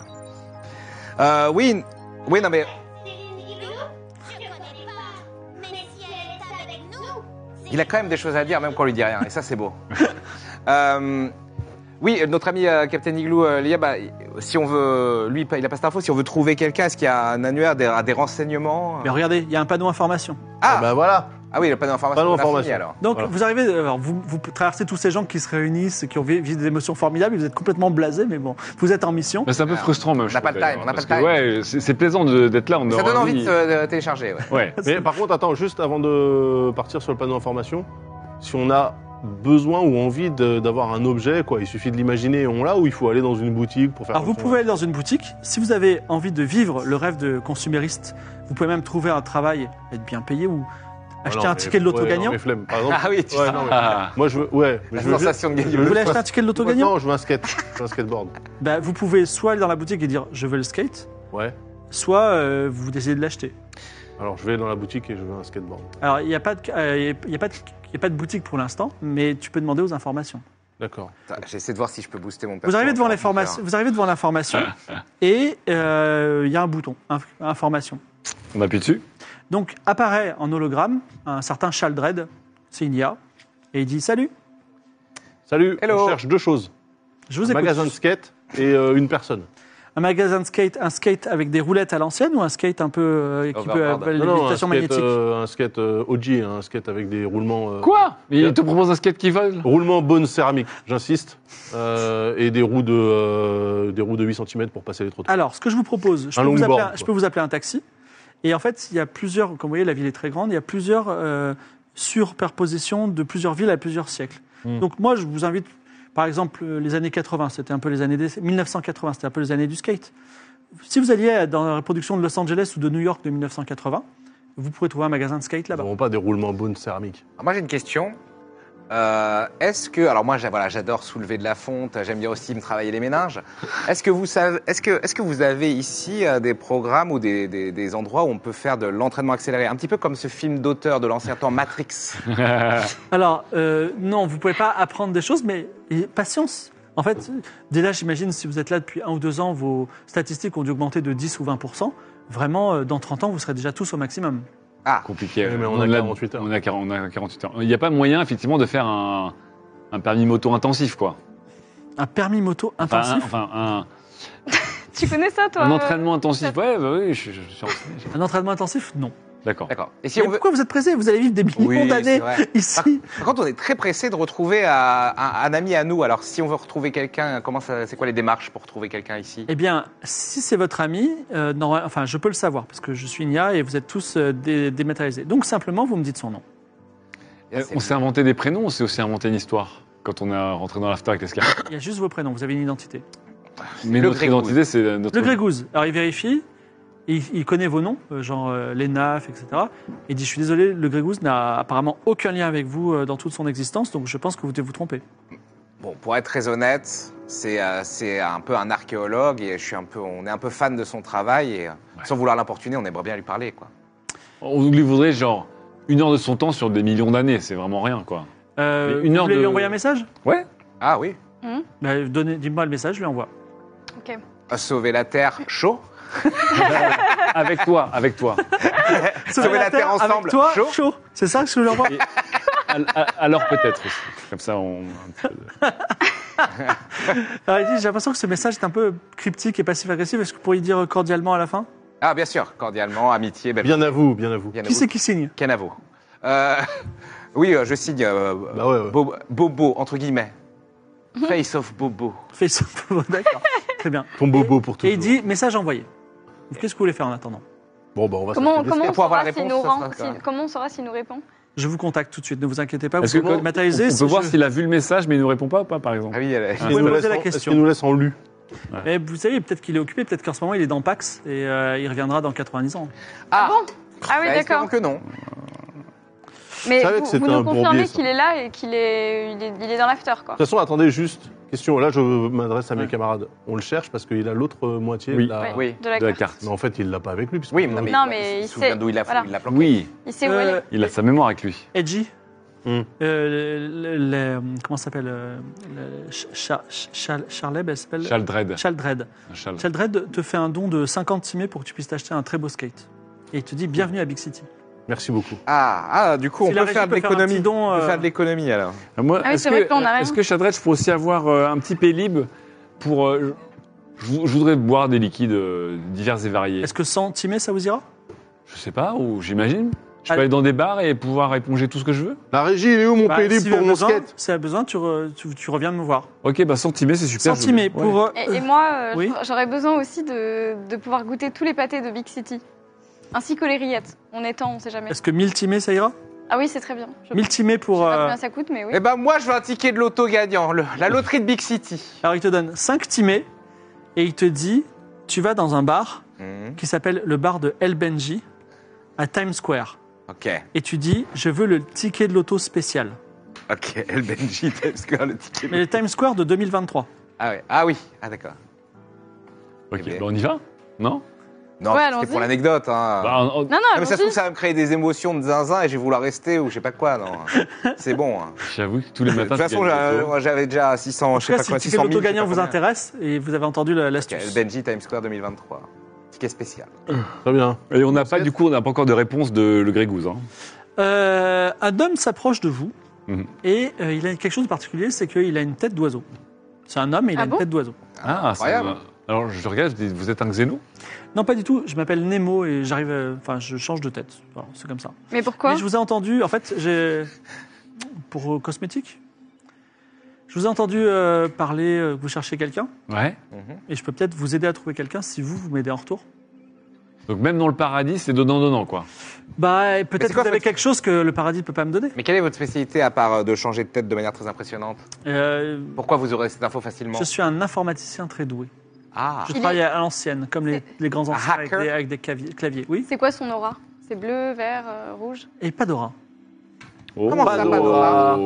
C: Euh, oui, n- oui, non mais
F: Céline Guilou Je connais pas. Mais si elle est avec nous, c'est
C: il a quand même des choses à dire, même quand on lui dit rien. Et ça, c'est beau. Euh, oui, euh, notre ami euh, Captain Igloo, euh, Lia, bah, il- si on veut, lui, il a pas cette info. Si on veut trouver quelqu'un, est-ce qu'il y a un annuaire, des, des renseignements
A: Mais regardez, il y a un panneau information.
C: Ah,
B: Bah voilà.
C: ah oui, il a pas d'informations.
B: Pas
C: on a fini,
B: d'informations.
C: alors.
A: Donc
B: Voilà.
A: vous arrivez, euh, alors, vous, vous traversez tous ces gens qui se réunissent, qui ont vi- vivent des émotions formidables, vous êtes complètement blasés, mais bon, vous êtes en mission.
D: Bah, c'est un peu frustrant, même.
C: On
D: je
C: n'a pas
D: trouve, hein,
C: le time, on n'a
D: parce
C: pas le
D: que, Ouais, c'est c'est plaisant de- d'être là. On
C: Ça
D: aura
C: donne envie de
D: envie-
C: se euh, télécharger. Ouais.
D: Ouais.
B: Mais par contre, attends, juste avant de partir sur le panneau d'information, si on a besoin ou envie de- d'avoir un objet, quoi, il suffit de l'imaginer et on l'a, ou il faut aller dans une boutique pour faire.
A: Alors vous
B: comme ça.
A: pouvez aller dans une boutique, si vous avez envie de vivre le rêve de consumériste, vous pouvez même trouver un travail, être bien payé ou
B: Ah non,
A: acheter un
B: mais-
A: ticket de l'auto
B: ouais, non,
A: gagnant.
B: mais flemme, par exemple.
C: Ah oui, tu
B: Ouais, non, mais-
D: Ah.
B: Moi, je veux. Ouais, mais
C: La
B: je veux. juste-
C: sensation de gagner.
B: je
A: Vous
B: veux
A: voulez
B: juste
A: acheter un ticket de l'auto gagnant
B: Non, je veux un skate. Je veux un skateboard.
A: bah, Vous pouvez soit aller dans la boutique et dire je veux le skate,
B: Ouais.
A: soit euh, vous décidez de l'acheter.
B: Alors, je vais dans la boutique et je veux un skateboard.
A: Alors il n'y a, pas de- euh, il y a, pas de- il y a pas de boutique pour l'instant, mais tu peux demander aux informations.
B: D'accord.
C: Attends, J'essaie de voir si je peux booster mon perso
A: Vous arrivez devant
C: en
A: l'information, vous arrivez devant l'information et euh, il y a un bouton, inf- information.
D: On appuie dessus.
A: Donc apparaît en hologramme un certain Chaldred, c'est une IA, et il dit salut,
B: Salut.
C: Hello.
B: On cherche deux choses.
A: je vous
B: un
A: écoute.
B: magasin de skate et euh, une personne.
A: Un magasin de skate, un skate avec des roulettes à l'ancienne ou un skate un peu euh, qui peut
C: Overboard.
A: avaler
B: Non, non, un
A: lévitation
B: skate,
A: magnétique
B: euh, un skate euh, OG, hein, un skate avec des roulements. euh,
D: Quoi Mais Il te propose un skate qui vole
B: Roulement bonne céramique, j'insiste, Euh, et des roues de euh, des roues de 8 cm pour passer les trottoirs.
A: Alors, ce que je vous propose, je
B: Un
A: peux vous, appeler,
B: longboard,
A: un-
B: quoi.
A: je peux vous appeler un taxi. Et en fait, il y a plusieurs, comme vous voyez, la ville est très grande, il y a plusieurs euh, superpositions de plusieurs villes à plusieurs siècles.
B: Hmm.
A: Donc moi, je vous invite, par exemple, euh, les années 80, c'était un peu les années des, 1980, c'était un peu les années du skate. Si vous alliez dans la production de Los Angeles ou de New York de 1980, vous pourrez trouver un magasin de skate
B: Nous
A: là-bas.
B: n'aurons pas des roulements bonne céramique.
C: Alors, moi j'ai une question. Euh, Est-ce que alors moi j'a- voilà, j'adore soulever de la fonte, j'aime bien aussi me travailler les méninges. Est-ce que vous savez, est-ce que est-ce que vous avez ici euh, des programmes ou des, des, des endroits où on peut faire de l'entraînement accéléré, un petit peu comme ce film d'auteur de l'ancien temps Matrix.
A: Alors, euh, non, vous pouvez pas apprendre des choses, mais et patience. En fait, dès là, j'imagine, si vous êtes là depuis un ou deux ans, vos statistiques ont dû augmenter de 10 ou 20 Vraiment, euh, dans 30 ans, vous serez déjà tous au maximum.
C: Ah,
D: Compliqué.
B: Oui,
D: euh,
B: mais on a 48 heures.
D: On a, 40 on a 48 heures. Il n'y a pas moyen, effectivement, de faire un, un permis moto intensif, quoi.
A: Un permis moto
D: Enfin, un,
A: intensif,
D: enfin, un-
E: Tu connais ça, toi
D: un
E: euh
D: entraînement intensif. Ouais, bah oui, je, je- je suis renseigné.
A: un entraînement intensif, non.
D: D'accord.
C: d'accord. Et si
A: Mais
C: on veut
A: pourquoi vous êtes pressé Vous allez vivre des millions
C: Oui, c'est
A: d'années
C: vrai.
A: ici.
C: par contre, on est très pressé de retrouver euh, un, un ami à nous. Alors, si on veut retrouver quelqu'un, comment ça, c'est quoi les démarches pour trouver quelqu'un ici
A: Eh bien, si c'est votre ami, euh, non, enfin, je peux le savoir parce que je suis une IA et vous êtes tous euh, dé- dématérialisés. Donc simplement, vous me dites son nom.
D: Euh, On s'est inventé des prénoms, on s'est aussi inventé une histoire quand on est rentré dans l'after avec les scars.
A: Il y a juste vos prénoms. Vous avez une identité.
D: Mais
C: Le
D: notre
C: Grégouze.
D: identité, c'est notre.
A: Le Grégouze, alors il vérifie, il, il connaît vos noms, euh, genre euh, l'ENAF, etc. Il dit, je suis désolé, le Grégouze n'a apparemment aucun lien avec vous euh, dans toute son existence, donc je pense que vous devez vous tromper.
C: Bon, pour être très honnête, c'est euh, c'est un peu un archéologue et je suis un peu, on est un peu fan de son travail et euh, sans vouloir l'importuner, on aimerait bien lui parler, quoi.
D: On lui voudrait genre une heure de son temps sur des millions d'années, c'est vraiment rien, quoi.
A: Euh,
D: Mais une
A: vous
D: heure
A: voulez
D: de-
A: lui envoyer un message
D: Ouais.
C: Ah oui,
A: Bah, donnez- Dites-moi le message, je lui envoie.
E: Ok.
C: Euh, sauver la Terre, chaud.
D: avec toi, avec toi.
C: Sauver la Terre ensemble,
A: avec toi,
C: chaud.
A: chaud. C'est ça que je lui envoie
D: Al- al- Alors peut-être aussi. Comme ça, on. un petit peu de-
A: Alors, il dit, J'ai l'impression que ce message est un peu cryptique et passif-agressif, est-ce que vous pourriez dire euh, cordialement à la fin
C: Ah bien sûr, cordialement, amitié, belle.
B: Bien à vous, bien à vous.
C: Bien à
A: Qui
C: vous.
A: c'est qui signe
C: Canavo. Euh, oui, euh, je signe euh,
B: Bah ouais, ouais.
C: Bo- Bobo entre guillemets.
E: Mhm.
C: Face of Bobo.
A: Fais ça D'accord, très bien.
B: Ton bobo pour tout.
A: Et il dit, message envoyé. Qu'est-ce que vous voulez faire en attendant
B: Bon, bah on va.
E: Comment,
B: s'acheter des
E: comment, on
C: pour avoir
E: saura
C: la
E: s'il
C: réponse,
E: nous
C: ça
E: rend-
C: sera ça.
E: si- comment on saura s'il nous répond
A: Je vous contacte tout de suite, ne vous inquiétez pas, Ah, vous
D: Est-ce que
A: pouvez
D: quand-
A: dématérialiser,
D: on, on
A: c'est
D: peut voir
A: juste-
D: s'il a vu le message mais il nous répond pas ou pas, par exemple.
C: Ah oui, elle-
B: skates.
A: pouvez
B: Est-ce qu'il nous
A: poser
B: laisse
A: la
B: en- est-ce
A: question.
B: qu'il nous laisse en lu
A: Mais vous savez, peut-être qu'il est occupé, peut-être qu'en ce moment il est dans Pax et euh, il reviendra dans 90 ans.
C: Ah,
E: Ah oui,
C: bah, espérons
E: d'accord.
C: que non.
E: Mais
B: savais que
E: vous,
B: c'était
E: vous nous
B: un bourbier,
E: confirmez
B: ça.
E: qu'il est là et qu'il est, il est, il est dans l'after, quoi.
B: toute façon, attendez juste. Question, là je m'adresse à mes
A: Ouais.
B: camarades. On le cherche parce qu'il a l'autre euh, moitié.
D: Oui.
B: de la-
E: Ouais,
C: Oui.
E: De la
D: de la
E: carte.
D: carte.
B: Mais en fait, il l'a pas avec lui. puisque-
C: Oui, mais,
E: Non,
C: il-
E: mais
C: il
E: il
C: se souvient
E: sait,
C: d'où il l'a
E: voilà.
C: il l'a planqué.
D: Oui,
E: Il sait où elle
C: Euh,
E: est.
D: il a sa mémoire avec lui.
A: Euh, Edgy
B: Hum.
A: Euh, le- le- le- comment ça s'appelle euh, le- Ch- Cha- Ch- Chal- Charleb, elle s'appelle
D: Chaldred.
A: Chaldred.
D: Chal-
A: Chaldred te fait un don de 50 cimés pour que tu puisses t'acheter un très beau skate. Et il te dit bienvenue à Big City.
B: Merci beaucoup.
C: Ah, ah, du coup,
A: Si
C: on
A: la
C: peut
A: régie
C: faire de
A: peut faire un petit
C: l'économie.
A: don,
C: On peut
A: euh,
C: faire de l'économie alors.
D: Ah, moi,
E: Ah oui,
D: est-ce
E: c'est vrai que là, on a rien.
D: Est-ce que Chadret, je peux aussi avoir euh, un petit pélib pour. euh, je, je voudrais boire des liquides euh, divers et variés.
A: Est-ce que 100 cimés, ça vous ira
D: Je sais pas, ou j'imagine. Je
A: Allez.
D: peux aller dans des bars et pouvoir éponger tout ce que je veux.
B: La régie, il est où mon
A: Bah,
B: pélib
A: si
B: pour
A: vous avez
B: mon
A: besoin-
B: skate
A: Si vous avez besoin, tu, re- tu- tu reviens me voir.
D: Ok, bah centimé, c'est super.
A: 100
D: je-
A: cimés
D: ouais.
A: pour... euh,
E: Et, et moi, euh,
A: Oui.
E: j'aurais besoin aussi de, de pouvoir goûter tous les pâtés de Big City. Ainsi que les rillettes. On est temps, on sait jamais.
A: Est-ce que 1000 cimés, ça ira
E: Ah oui, c'est très bien. Je
A: 1000 cimés
E: je
A: pour...
E: sais pas
A: euh,
E: combien ça coûte, mais oui.
C: Eh ben moi, je veux un ticket de loto gagnant, le- la loterie de Big City.
A: Alors il te donne 5 timés et il te dit tu vas dans un bar
C: Hmm,
A: qui s'appelle le bar de El Benji à Times Square
C: Ok,
A: et tu dis je veux le ticket de l'auto spécial.
C: ok. El Benji Times Square, le ticket.
A: Mais le Times Square de 2023.
C: Ah ouais. Ah oui. Ah d'accord.
D: Ok,
C: Eh ben.
D: bah on y va Non
C: Non,
E: Ouais,
C: c'était
E: allons-y.
C: pour l'anecdote. Hein.
D: Bah, on- on-
E: Non,
C: Ah,
E: non,
C: mais ça se trouve,
E: allons-y.
C: ça va me créer des émotions de zinzin et je vais vouloir rester ou je sais pas quoi. Non, c'est bon. hein.
D: J'avoue que tous les
C: De
D: matins.
C: toute façon,
D: tu gagnes
C: j'a-
D: le loto.
C: moi, j'avais déjà 600,
A: En
C: Oh, je
A: tout
C: sais
A: cas,
C: pas
A: si le
C: quoi,
A: ticket
C: 600
A: de
C: 000.
A: l'auto
C: je sais
A: gagnant
C: pas
A: vous
C: combien.
A: intéresse et vous avez entendu la-
C: Ok, ben. El
A: l'astuce.
C: Benji Times Square 2023. Ticket spécial.
B: Très bien.
D: Et on n'a pas, du coup, on n'a pas encore de réponse de le Grégouze. Hein.
A: Euh, un homme s'approche de vous
D: Mhm.
A: et euh, il a quelque chose de particulier, c'est qu'il a une tête d'oiseau. C'est un homme et il
E: Ah
A: a une
E: bon
A: tête d'oiseau.
D: Ah, c'est-
C: incroyable.
D: Alors je regarde, je dis, vous êtes un xéno
A: Non, pas du tout. Je m'appelle Nemo et j'arrive. euh, Enfin, je change de tête. Voilà, c'est comme ça.
E: Mais pourquoi
A: Mais je vous ai entendu, en fait, j'ai. Pour euh, cosmétique Je vous ai entendu euh, parler euh, que vous cherchez quelqu'un,
D: Ouais.
C: Mhm.
A: et je peux peut-être vous aider à trouver quelqu'un si vous, vous m'aidez en retour.
D: Donc même dans le paradis, c'est donnant-donnant, quoi.
A: Bah, et
C: Mais
A: peut-être
C: c'est
A: que
C: quoi,
A: vous avez
C: fait-
A: quelque chose que le paradis ne peut pas me donner.
C: Mais quelle est votre spécialité à part euh, de changer de tête de manière très impressionnante
A: Euh,
C: Pourquoi vous aurez cette info facilement
A: je suis un informaticien très doué.
C: Ah,
A: Je
E: Il
A: travaille à l'ancienne, comme les, les grands anciens avec
C: hacker
A: des, avec des claviers, claviers, Oui,
E: C'est quoi son aura C'est bleu, vert, euh, rouge
A: et pas d'aura.
D: Oh,
C: Comment ça,
D: oh.
C: Pandora
E: Ah,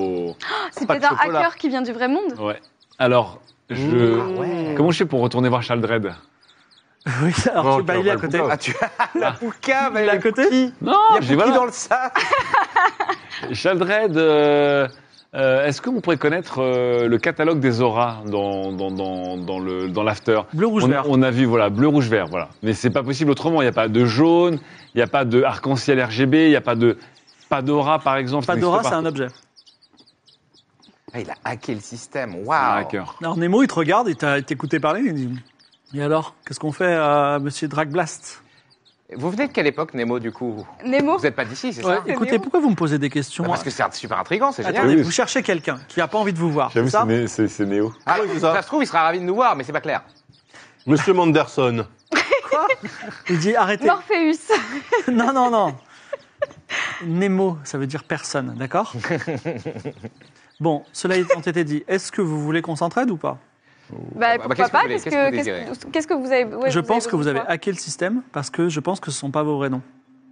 E: C'est
B: pas de
E: peut-être un
B: chocolat.
E: hacker qui vient du vrai monde
D: Ouais. Alors,
A: Mmh.
D: je. Comment je fais pour retourner voir Chaldred
A: Oui, alors
B: Non,
A: tu- bah,
B: tu
A: il est
B: vas
A: à
B: pas
A: côté.
B: le
C: Ah, tu la pouca,
A: Il est à côté
D: Non,
C: Il y a Pouki
D: j'ai Oh, voilà.
C: dans le sac.
D: Chaldred, euh, euh, est-ce que vous pourrez connaître euh, le catalogue des auras dans, dans, dans, dans le- dans l'after
A: Bleu, rouge,
D: on,
A: vert.
D: on a vu, voilà, bleu, rouge, vert, voilà. Mais c'est pas possible autrement. Il n'y a pas de jaune, il n'y a pas de arc-en-ciel RGB, il n'y a pas de Padora, par exemple. ça
A: Padora,
D: n'existe
A: c'est
D: pas.
A: un objet.
C: Ah, il a hacké le système.
D: C'est un
A: Ah.
C: Waouh.
D: hacker.
A: Alors Nemo, il te regarde, il t'a- il t'écoutait parler, il dit Et alors, qu'est-ce qu'on fait à monsieur Dragblast
C: Vous venez de quelle époque, Nemo, du coup
E: Nemo
C: Vous n'êtes pas d'ici, c'est
A: Ouais,
C: ça
A: Écoutez,
E: Nemo
A: pourquoi vous me posez des questions
C: Bah, Parce que c'est super intrigant, c'est génial.
A: Attendez,
D: Oui,
A: vous
D: c'est-
A: cherchez quelqu'un qui n'a pas envie de vous voir. c'est ça
D: né- c'est c'est Néo.
C: Ah,
B: oui, c'est
C: ça.
B: ça.
C: se trouve, il sera ravi de nous voir, mais c'est pas clair.
B: Monsieur Manderson.
A: Il dit arrêtez.
E: Morpheus
A: non, non, non. Nemo, ça veut dire personne, d'accord Bon, cela étant été dit, est-ce que vous voulez qu'on s'entraide ou pas
C: bah,
E: Bah pourquoi
C: qu'est-ce que vous
E: pas
C: voulez Qu'est-ce
E: Qu'est-ce que-
C: que vous
E: qu'est-ce que- qu'est-ce que vous avez ouais,
A: Je pense que vous avez
E: besoin de quoi
A: hacké le système parce que je pense que ce ne sont pas vos vrais noms.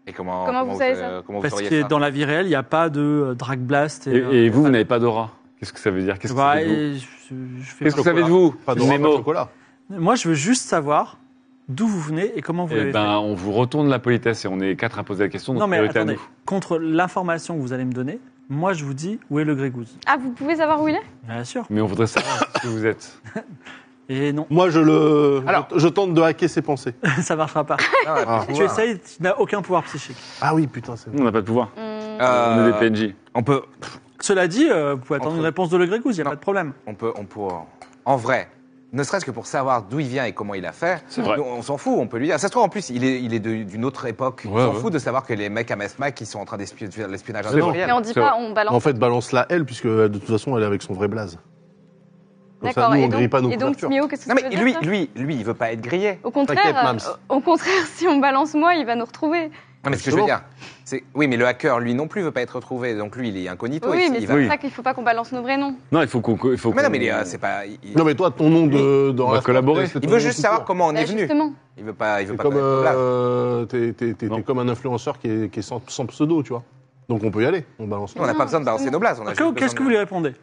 C: Et comment,
E: Comment vous savez ça
C: euh, comment vous
A: Parce
C: sauriez
A: que
C: ça
A: dans la vie réelle, il n'y a pas de euh, Dragblast.
D: Et,
A: Et,
D: et vous, vous n'avez pas d'aura. Qu'est-ce que ça veut dire Qu'est-ce que ça
A: Bah,
D: veut dire
A: et je- je fais
D: Qu'est-ce que
A: pas-
D: ça veut dire vous
B: Pas de
D: Nemo.
B: chocolat.
A: Moi, je veux juste savoir d'où vous venez et comment vous
D: Eh
A: l'avez
D: ben, on vous retourne la politesse et on est quatre à poser la question.
A: fait.
D: Donc
A: Non, mais
D: priorité à
A: attendez.
D: nous.
A: Contre l'information que vous allez me donner, moi, je vous dis où est le Grégouze.
E: Ah, vous pouvez savoir où il est
A: Bien sûr.
D: Mais on voudrait savoir qui vous êtes.
A: Et non,
B: Moi, je le.
C: Alors.
B: je, je tente de hacker ses pensées.
A: ça marchera pas.
C: Ah, ouais,
B: Ah.
C: parce que-
A: Tu essayes, tu n'as aucun pouvoir psychique.
B: Ah oui, putain, c'est
D: Nous, On n'a pas de pouvoir.
E: Hum,
D: On est
C: Euh,
D: des PNJ.
C: on peut,
A: Cela dit, euh, vous pouvez attendre
C: Entre-
A: une réponse de le Grégouze, il n'y a
C: Non.
A: pas de problème.
C: on peut, on peut, en vrai, ne serait-ce que pour savoir d'où il vient et comment il a fait.
D: C'est vrai.
C: nous, on s'en fout, on peut lui dire. Ça se trouve, en plus, il est, il est de- d'une autre époque.
D: Ouais,
C: on s'en
D: ouais.
C: fout de savoir que les mecs à Mesma qui sont en train d'espio- de faire de l'espionnage
B: C'est bon.
E: Mais
C: industriel.
E: on dit
D: c'est
E: pas,
D: vrai.
E: on balance.
B: En fait, balance la L, puisque euh, de toute façon, elle est avec son vrai blaze. Comme ça,
E: D'accord.
B: nous, on
E: Et
B: grille
E: donc,
B: pas nos
E: et donc
B: couvertures.
E: Mio, qu'est-ce que
C: Non,
E: ça
C: mais
E: veut dire,
C: lui,
E: ça
C: lui, lui, il veut pas être grillé.
E: Au
B: T'inquiète,
E: contraire,
B: Mams.
E: euh, au contraire, si on balance moi, il va nous retrouver.
C: Non, mais ce que je veux dire, c'est. Oui, mais le hacker, lui non plus, veut pas être retrouvé. Donc lui, il est incognito.
E: Oui,
C: et
E: mais
C: il
E: c'est
C: va-
E: pour ça qu'il faut pas qu'on balance nos vrais noms.
D: Non, il faut qu'on. il faut
C: Mais non,
D: qu'on-
C: mais il est, euh, c'est pas. Il, il-
B: Non, mais toi, ton nom de. dans
D: On va
B: la-
D: collaborer.
B: c'est ton
C: il veut
B: nom
C: juste
B: tout
C: savoir
B: court.
C: comment on
E: Bah,
C: est venu.
E: Justement.
C: Il veut pas, il veut
B: T'es
C: pas
B: comme,
C: connaître. Voilà.
B: euh, t'es- t'es- t'es- t'es
D: Non.
B: comme un influenceur qui est, qui est sans, sans pseudo, tu vois. Donc on peut y aller, on balance
C: Nous, on n'a
E: Non,
C: pas besoin de balancer nos blazes. on a juste
A: Que- Qu'est-ce
C: besoin
A: que
C: de-
A: vous lui répondez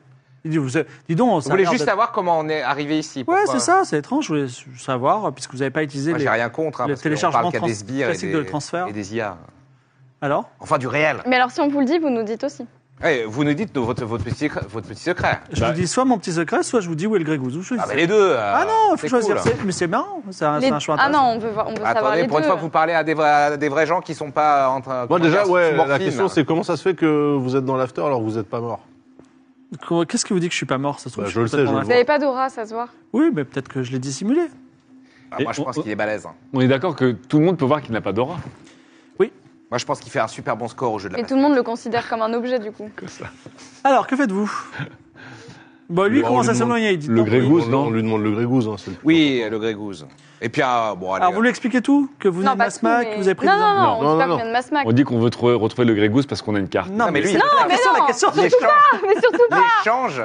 A: Il dit, vous, dis donc,
C: Vous
A: ça a
C: voulez
A: l'air
C: juste
A: d'être-
C: savoir comment on est arrivé ici
A: Ouais,
C: pourquoi- euh,
A: c'est ça, c'est étrange, je voulais savoir, euh, puisque vous n'avez pas utilisé
C: Moi,
A: les...
C: j'ai rien contre. Hein,
A: le
C: parce qu'on
A: téléchargement
C: parle qu'il y a
A: trans-
C: des sbires et
A: classique
C: des,
A: de le transfert.
C: et des IA.
A: Alors
C: Enfin, du réel.
E: Mais alors, si on vous le dit, vous nous dites aussi.
C: Eh, vous nous dites votre, votre, petit, votre petit secret.
A: Je vous
D: Bah,
A: dis soit mon petit secret, soit je vous dis où est le Grégouzou.
C: Ah, mais les deux. euh,
A: Ah non, il faut
C: c'est
A: choisir.
C: cool. hein.
A: C'est- Mais c'est bien, c'est un,
E: Les-
A: c'est un choix
E: ah
A: intéressant.
E: non, on veut, voir- on veut savoir les
C: Attendez, pour une
E: deux.
C: fois que vous parlez à des vrais, à des vrais gens qui sont pas en train.
B: Moi
C: comment
B: déjà,
C: dire,
B: ouais, la
C: sous morphine.
B: question c'est comment ça se fait que vous êtes dans l'after alors que vous n'êtes pas mort
A: Qu- Qu'est-ce qui vous dit que je suis pas mort Ça se trouve,
B: Bah,
A: suis
B: je le sais,
A: complètement
B: je
A: malade.
B: le
E: Vous n'avez pas d'aura, ça se voit.
A: Oui, mais peut-être que je l'ai dissimulé.
C: Ah, moi, je
D: Et on-
C: pense qu'il est balèze. hein.
D: On est d'accord que tout le monde peut voir qu'il n'a pas d'aura.
C: Moi, je pense qu'il fait un super bon score au jeu de la
E: Et
C: place.
E: tout le monde le considère comme un objet, du coup.
A: Alors, que faites-vous Bon, lui,
B: Bon, on
A: commence
B: lui
A: à
B: demande
A: s'éloigner. Il dit
D: le
A: non.
D: Grey Goose,
B: on,
D: non
B: on lui demande le Grégouze. Hein, c'est le plus
C: Oui, le Grégouze. Et puis, ah, bon, allez.
A: Alors, vous lui expliquez tout Que vous venez
E: non,
A: de
E: pas
A: Masma,
E: tout,
A: que
E: mais-
A: vous avez pris
E: Non,
A: des
E: non,
A: armes
E: non,
B: Non,
E: on
B: non,
E: dit pas qu'on
B: non.
E: vient de Masmac.
D: On dit qu'on veut trouver- retrouver le Grégousse parce qu'on a une carte.
C: Non, mais lui,
A: c'est
C: non,
A: la
E: mais
A: question,
E: non.
A: la question.
C: euh, L'échange,
E: Mais surtout,
C: l'échange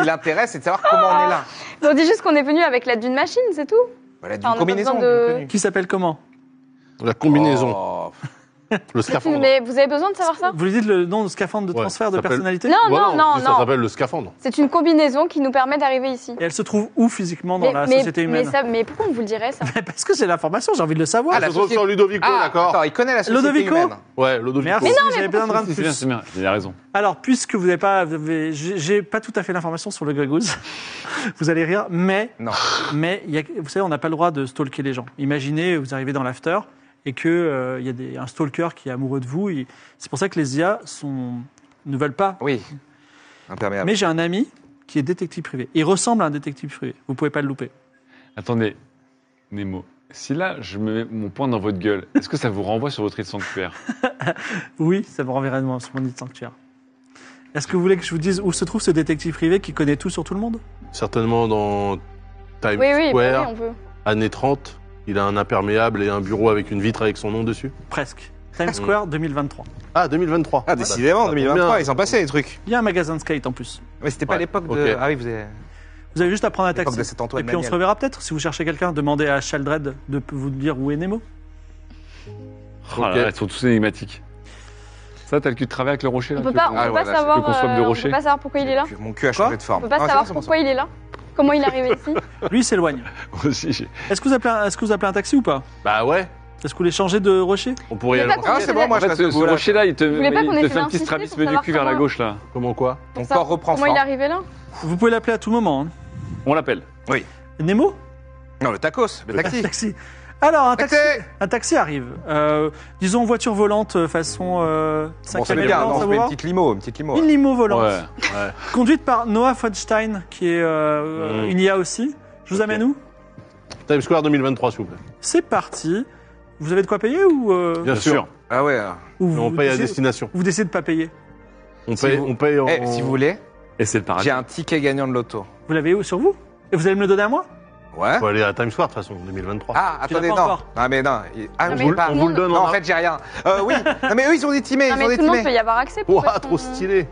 C: qui l'intéresse, c'est de savoir comment on est là.
E: on dit juste qu'on est venu avec l'aide d'une machine, c'est tout.
C: Voilà, d'une
E: Enfin, on a pas
C: combinaison.
E: besoin de-
C: d'une tenue.
A: Qui s'appelle comment
B: La combinaison,
C: Oh, pff,
B: le scaphandre.
E: Mais vous avez besoin de savoir ça
A: Vous lui dites le nom de scaphandre de
B: Ouais,
A: transfert
B: ça
A: de
B: s'appelle-
A: personnalité
E: Non,
B: Voilà,
E: non,
B: on
E: non,
B: dit Ça
E: non.
B: s'appelle le scaphandre.
E: C'est une combinaison qui nous permet d'arriver ici.
A: Et elle se trouve où physiquement dans la société humaine
E: ça- mais pourquoi on vous le dirait ça
A: Parce que c'est l'information, j'ai envie de le savoir.
C: Ah, la
B: Ça se trouve
C: société-
B: sur Ludovico,
C: ah,
B: d'accord
C: Attends, il connaît la société
A: Lodovico
C: humaine.
B: Ouais, Ludovico.
A: Merci, j'avais besoin de rien de
D: C'est bien,
A: plus.
D: c'est bien. Il a raison.
A: Alors, puisque vous n'avez pas, vous avez- j'ai j'ai pas tout à fait l'information sur le Grégouz, vous allez rire, mais,
C: Non.
A: mais il y a- vous savez, on n'a pas le droit de stalker les gens. Imaginez, vous arrivez dans l'after et que euh, il y a des, un stalker qui est amoureux de vous. il- C'est pour ça que les IA sont, ne veulent pas.
C: Oui. Imperméable.
A: Mais j'ai un ami qui est détective privé. Il ressemble à un détective privé. Vous pouvez pas le louper.
D: Attendez, Nemo. Si là, je mets mon poing dans votre gueule, est-ce que ça vous renvoie sur votre île sanctuaire
A: Oui, ça me renverra moi sur mon île sanctuaire. Est-ce que vous voulez que je vous dise où se trouve ce détective privé qui connaît tout sur tout le monde
B: Certainement dans Times
E: Oui, oui, bah
C: hein.
E: oui,
B: Square,
E: on peut.
B: années 30. Il a un imperméable et un bureau avec une vitre avec son nom dessus.
A: Presque. Times Square 2023.
B: Ah, 2023.
C: Ah, décidément, en
B: Bah,
C: 2023,
B: bien.
C: ils sont passés les trucs.
A: Il y a un magasin de skate en plus.
C: Mais c'était pas
B: Ouais,
C: l'époque de.
B: ok.
C: Ah oui, vous avez.
A: Vous avez juste à prendre un
C: L'époque
A: taxi.
C: de cet
A: Et
C: Antoine
A: puis on se
C: Maniel.
A: reverra peut-être. Si vous cherchez quelqu'un, demandez à Shaldred de p- vous dire où est Nemo.
D: Oh là
C: Ah,
B: Ok.
D: là, Elles sont tous énigmatiques. Ça, t'as le cul de travail avec le rocher là
E: On peut
D: que-
E: pas, on
C: Ah,
E: peut
C: voilà,
E: pas
C: c'est-
E: savoir.
D: que qu'on soit
E: euh,
D: de
E: on
D: rocher.
E: peut pas savoir pourquoi il est là.
C: Mon cul a changé de
E: On
C: forme.
E: peut pas
C: Ah, c'est
E: savoir
C: bon, c'est bon,
E: pourquoi il est là. Comment il est arrivé ici
A: Lui s'éloigne.
D: Aussi, j'ai-
A: Est-ce que, vous appelez un- est-ce que vous appelez un taxi ou pas
B: Bah ouais,
A: Est-ce que vous voulez changer de rocher
B: on pourrait y
E: Mais
B: aller.
E: pas
C: Ah, c'est bon, moi
D: En
C: je
D: fait,
C: reste
D: ce, ce
C: debout, là.
D: rocher là, il te,
E: voulez pas qu'on
D: il te
E: ait
D: fait
E: fait
D: un petit
E: insister pour
D: strabisme du
E: savoir
D: cul vers la
E: comment-
D: gauche là.
B: Comment quoi
E: Pour
C: Mon
E: savoir
C: corps reprend
E: Comment il est
C: forme.
E: arrivé là
A: Vous pouvez l'appeler à tout moment. hein.
D: On l'appelle.
A: Nemo
C: Non, le tacos, le taxi.
A: Taxi. Alors, un taxi,
C: Taxi
A: un taxi arrive. Euh, disons voiture volante euh, façon euh,
C: Bon, c'est
A: cinquième
C: bien,
A: élément,
C: non,
A: ça
C: je
A: vous
C: mets une
A: va
C: petite limo, une petite limo.
A: Une
C: ouais.
A: limo volante.
D: Ouais.
A: Conduite par Noah Fodstein, qui est euh,
B: Mm.
A: une IA aussi. Je vous
B: Ok.
A: amène où
B: Times Square 2023, s'il vous plaît.
A: C'est parti. Vous avez de quoi payer ou, euh,
B: Bien sûr.
C: Ah ouais. euh.
A: ou
B: Mais on
A: vous
B: paye à
A: décidez-
B: destination.
A: vous décidez de pas payer
B: On
C: Si
B: paye,
C: vous-
B: on paye en...
C: Eh, si vous voulez,
D: Et c'est le paradis.
C: j'ai un ticket gagnant de l'auto.
A: Vous l'avez où sur vous Et vous allez me le donner à moi
C: Ouais.
B: On peut aller à Times Square, de toute façon, en 2023.
C: Ah,
A: Tu l'as
C: attendez,
A: pas
C: non.
A: encore.
C: Non, mais non. il- Ah,
E: Non,
C: je
E: mais
C: sais pas.
B: on vous le donne
C: Non,
B: en...
C: en fait, j'ai rien. Euh, oui. Non, mais eux, ils ont des timés,
E: Non,
C: ils ont
E: mais
C: des
E: tout le monde peut
C: timés.
E: y avoir accès. pourquoi
B: Ouah,
E: est-ce
B: trop
E: qu'on-
B: stylé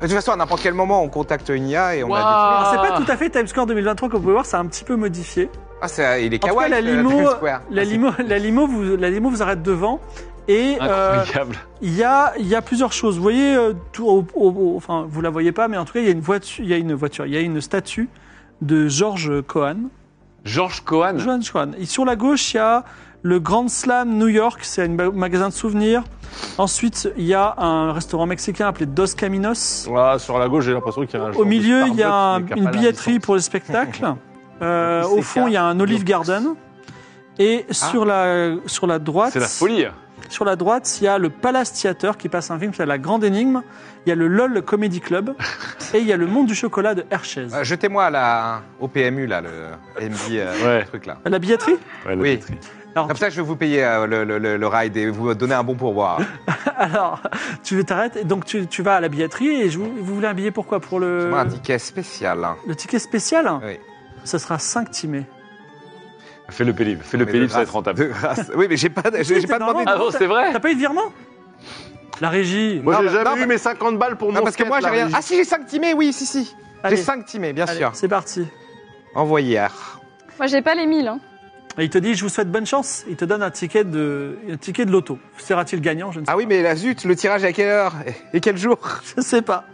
C: De toute façon, à n'importe quel moment, on contacte une IA et on a
A: Alors, C'est pas tout à fait Times Square 2023 comme vous pouvez voir, c'est un petit peu modifié.
C: des. Ah, c'est, il est
A: En tout cas,
C: kawaii.
A: la
C: euh,
A: limo,
C: Times Square.
A: la
C: Ah,
A: limo, la limo, vous, la limo vous arrête devant. Et euh,
D: Incroyable.
A: il y, a, il y a plusieurs choses. Vous voyez, euh, tout, au- au- au- enfin, vous la voyez pas, mais en tout cas, il y a une voiture, il y a une voiture, il y a une statue de George Cohan.
D: Georges Cohan.
A: Johan Cohan. Et sur la gauche, il y a le Grand Slam New York, c'est un ma- magasin de souvenirs. Ensuite, il y a un restaurant mexicain appelé Dos Caminos.
B: Ah, sur la gauche, j'ai l'impression qu'il y a un genre
A: Au
B: de
A: milieu, il y a un-
B: Starbucks, mais qui
A: une
B: pas la
A: billetterie
B: licence.
A: pour les spectacles. Euh,
C: Le
A: au
C: CK,
A: fond, il y a un Olive
C: le
A: Garden. Et sur la sur la droite,
D: C'est la folie.
A: sur la droite, il y a le Palace Theater qui passe un film, c'est la Grande Énigme. Il y a le LOL Comedy Club et il y a le Monde du Chocolat de Hershey.
C: Euh, Jetez-moi la, au PMU, là, le MV, euh,
D: Ouais.
C: truc, là.
A: La billetterie.
D: Ouais, la
C: Oui.
D: pétrie.
A: Alors,
C: Comme ça, je vais vous payer euh, le, le, le, le ride et vous donner un bon pourboire.
A: Euh. Alors, tu t'arrêtes, et donc tu, tu vas à la billetterie et je, vous vous voulez un billet pourquoi Pour le,
C: Moi, un ticket spécial. hein.
A: le ticket spécial
C: Oui.
A: Ça sera 5 timés.
D: Fais le pélib. Fais le
C: Mais de
D: pélib, ça va
C: grâce.
D: être rentable.
C: De grâce. Oui, mais j'ai pas, j'ai j'ai pas demandé.
D: Ah non, c'est vrai
A: T'as pas eu de virement La régie
B: Moi,
C: Non,
B: j'ai
C: bah- non,
B: jamais
C: bah-
B: eu mes 50 balles pour mon
C: Non, parce que
B: skate,
C: moi, j'ai
B: là,
C: rien.
B: mais-
C: Ah, si, j'ai 5 timés, oui, si, si.
A: Allez,
C: J'ai 5 timés, bien
A: allez,
C: sûr.
A: C'est parti.
C: Envoyer.
E: Moi, j'ai pas les 1000. Hein.
A: Et Bah, il te dit, je vous souhaite bonne chance. Il te donne un ticket de, un ticket de loto. Sera-t-il gagnant Je ne sais
C: Ah oui, mais la zut, le tirage est à quelle heure et quel jour
A: je sais pas.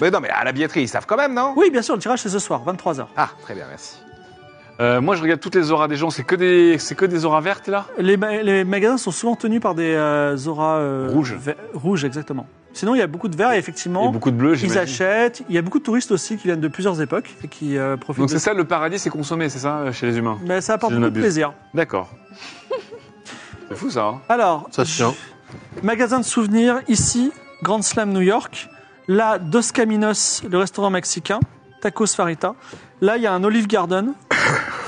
C: Mais non, mais à la billetterie, ils savent quand même, non
A: Oui, bien sûr, le tirage, c'est ce soir, 23h.
C: Ah, très bien, merci.
D: Euh, moi, je regarde toutes les auras des gens. C'est que des, c'est que des auras vertes là.
A: Les, ma- les magasins sont souvent tenus par des euh, auras euh,
D: Rouges.
A: ve- rouges, exactement. Sinon, il y a beaucoup de verts et
D: Et
A: effectivement,
D: beaucoup de bleus.
A: ils
D: j'imagine.
A: achètent. Il y a beaucoup de touristes aussi qui viennent de plusieurs époques et qui euh, profitent.
D: Donc
A: de...
D: c'est ça, le paradis, c'est consommé, c'est ça, euh, chez les humains.
A: Mais ça apporte
D: Je ne
A: beaucoup de
D: m'abuse.
A: plaisir.
D: D'accord. c'est fou ça. Hein
A: Alors,
B: Ça se tient.
A: magasin de souvenirs ici, Grand Slam New York. Là, Dos Caminos, le restaurant mexicain, Tacos Farita. Là, il y a un Olive Garden.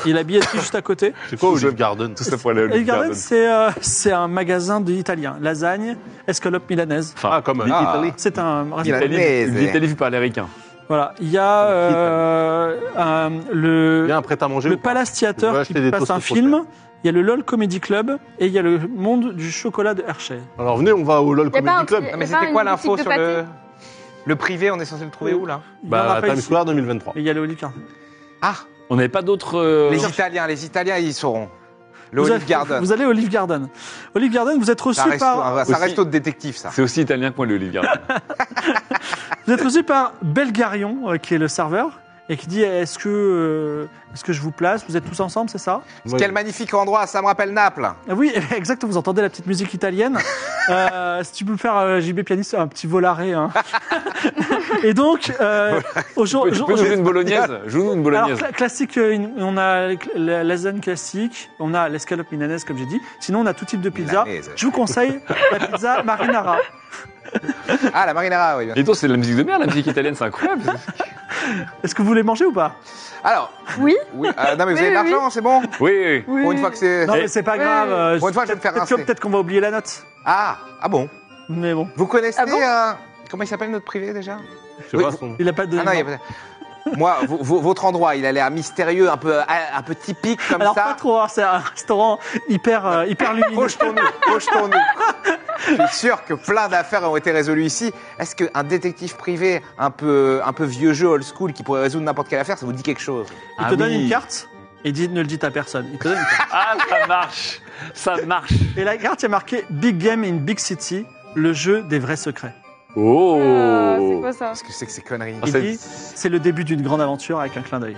A: Il y a la billetterie juste à côté.
B: C'est quoi Olive Garden
D: Tout ça pour aller au
A: Olive
D: Olive
A: Garden,
D: Garden.
A: c'est euh, c'est un magasin d'italien. Lasagne, escalope milanaise.
B: Ah, comme euh,
C: Ah.
B: l'Italie.
A: C'est un restaurant.
C: Milanaise.
D: L'Italie, l'Italie vue par les Ricains.
A: Voilà, il y a euh, un-
B: Il y a
A: le,
B: un prêt à manger.
A: le
B: ou pas
A: Palace
B: Je vais
A: Theater qui
B: acheter des
A: passe
B: toasts
A: un
B: au
A: film, il y a le LOL Comedy Club et il y a le monde du chocolat de Hershey.
B: Alors venez, on va au LOL
E: Y a pas un
B: Comedy Club.
E: petit-
C: Non, mais
E: C'est pas
C: c'était quoi
E: une
C: l'info
E: boutique
C: sur
E: de
C: le... le privé On est censé le trouver où, là
A: Il y en a
B: Bah,
A: pas
B: Times
A: ici.
B: Square 2023.
A: Et il y a le Olive Garden.
C: Ah,
D: On n'avait pas d'autres. euh,
C: les Italiens, les Italiens, ils sauront. Le
A: Vous
C: Olive
A: allez-
C: Garden.
A: Vous allez au Olive Garden. Olive Garden, vous êtes
C: Ça
A: reçu
C: reste,
A: par,
C: un- ça
D: Aussi-
C: reste au détective, ça.
D: C'est aussi italien que moi, le Olive Garden.
A: vous êtes reçu par Belgarion, euh, qui est le serveur, et qui dit est-ce que, euh, est-ce que je vous place Vous êtes tous ensemble, c'est ça
B: Ouais.
C: Quel magnifique endroit, ça me rappelle Naples.
A: Ah Oui, exact. Vous entendez la petite musique italienne. Euh, si tu peux faire euh, JB pianiste, un petit volaré. Hein. et donc, euh,
D: Tu peux-
A: aujourd'hui,
D: tu peux jouer une bolognaise Joue-nous une
A: Alors,
D: bolognaise.
A: cla- classique, euh, une- on a la lasagne classique, on a l'escalope milanaise, comme j'ai dit. Sinon, on a tout type de pizza.
C: Milanaise.
A: Je vous conseille la pizza marinara.
C: Ah, la marinara, oui. bien sûr.
D: Et toi, c'est de la musique de merde, la musique italienne, c'est incroyable.
A: Est-ce que vous voulez manger ou pas
C: Alors,
E: Oui
C: oui, euh, non, mais vous
E: Oui,
C: avez de
E: oui,
C: l'argent, c'est bon
D: Oui, oui.
E: Oui.
C: Pour une fois que c'est.
A: Non, mais c'est pas
E: Ouais.
A: grave. euh,
C: Pour une fois, je vais me faire
A: peut-être, que-
C: rincer.
A: peut-être qu'on va oublier la note.
C: Ah, ah bon
A: Mais bon,
C: Vous connaissez.
E: Ah bon
C: euh, comment il s'appelle notre privé déjà
B: Je sais
C: Oui.
B: pas son nom.
A: il a pas de.
C: Ah non, il y a- Moi, vo- vo- votre endroit, il a l'air mystérieux, un peu, euh, un peu typique comme
A: Alors pas
C: ça.
A: trop, hein, c'est un restaurant hyper, euh, hyper lumineux.
C: Projetons-nous, projetons-nous. Je suis sûr que plein d'affaires ont été résolues ici. Est-ce qu'un détective privé un peu, un peu vieux jeu old school qui pourrait résoudre n'importe quelle affaire, ça vous dit quelque chose
A: Il
D: Ah
A: te donne
D: oui.
A: une carte et dit ne le dites à personne. Il te donne une carte.
D: Ah, ça marche. Ça marche.
A: Et la carte est marquée Big Game in Big City, le jeu des vrais secrets.
E: Euh, C'est
D: Oh.
E: quoi ça
C: Qu'est-ce que c'est que ces conneries
D: Ah,
A: Il
D: c'est-
A: dit c'est le début d'une grande aventure avec un clin d'œil.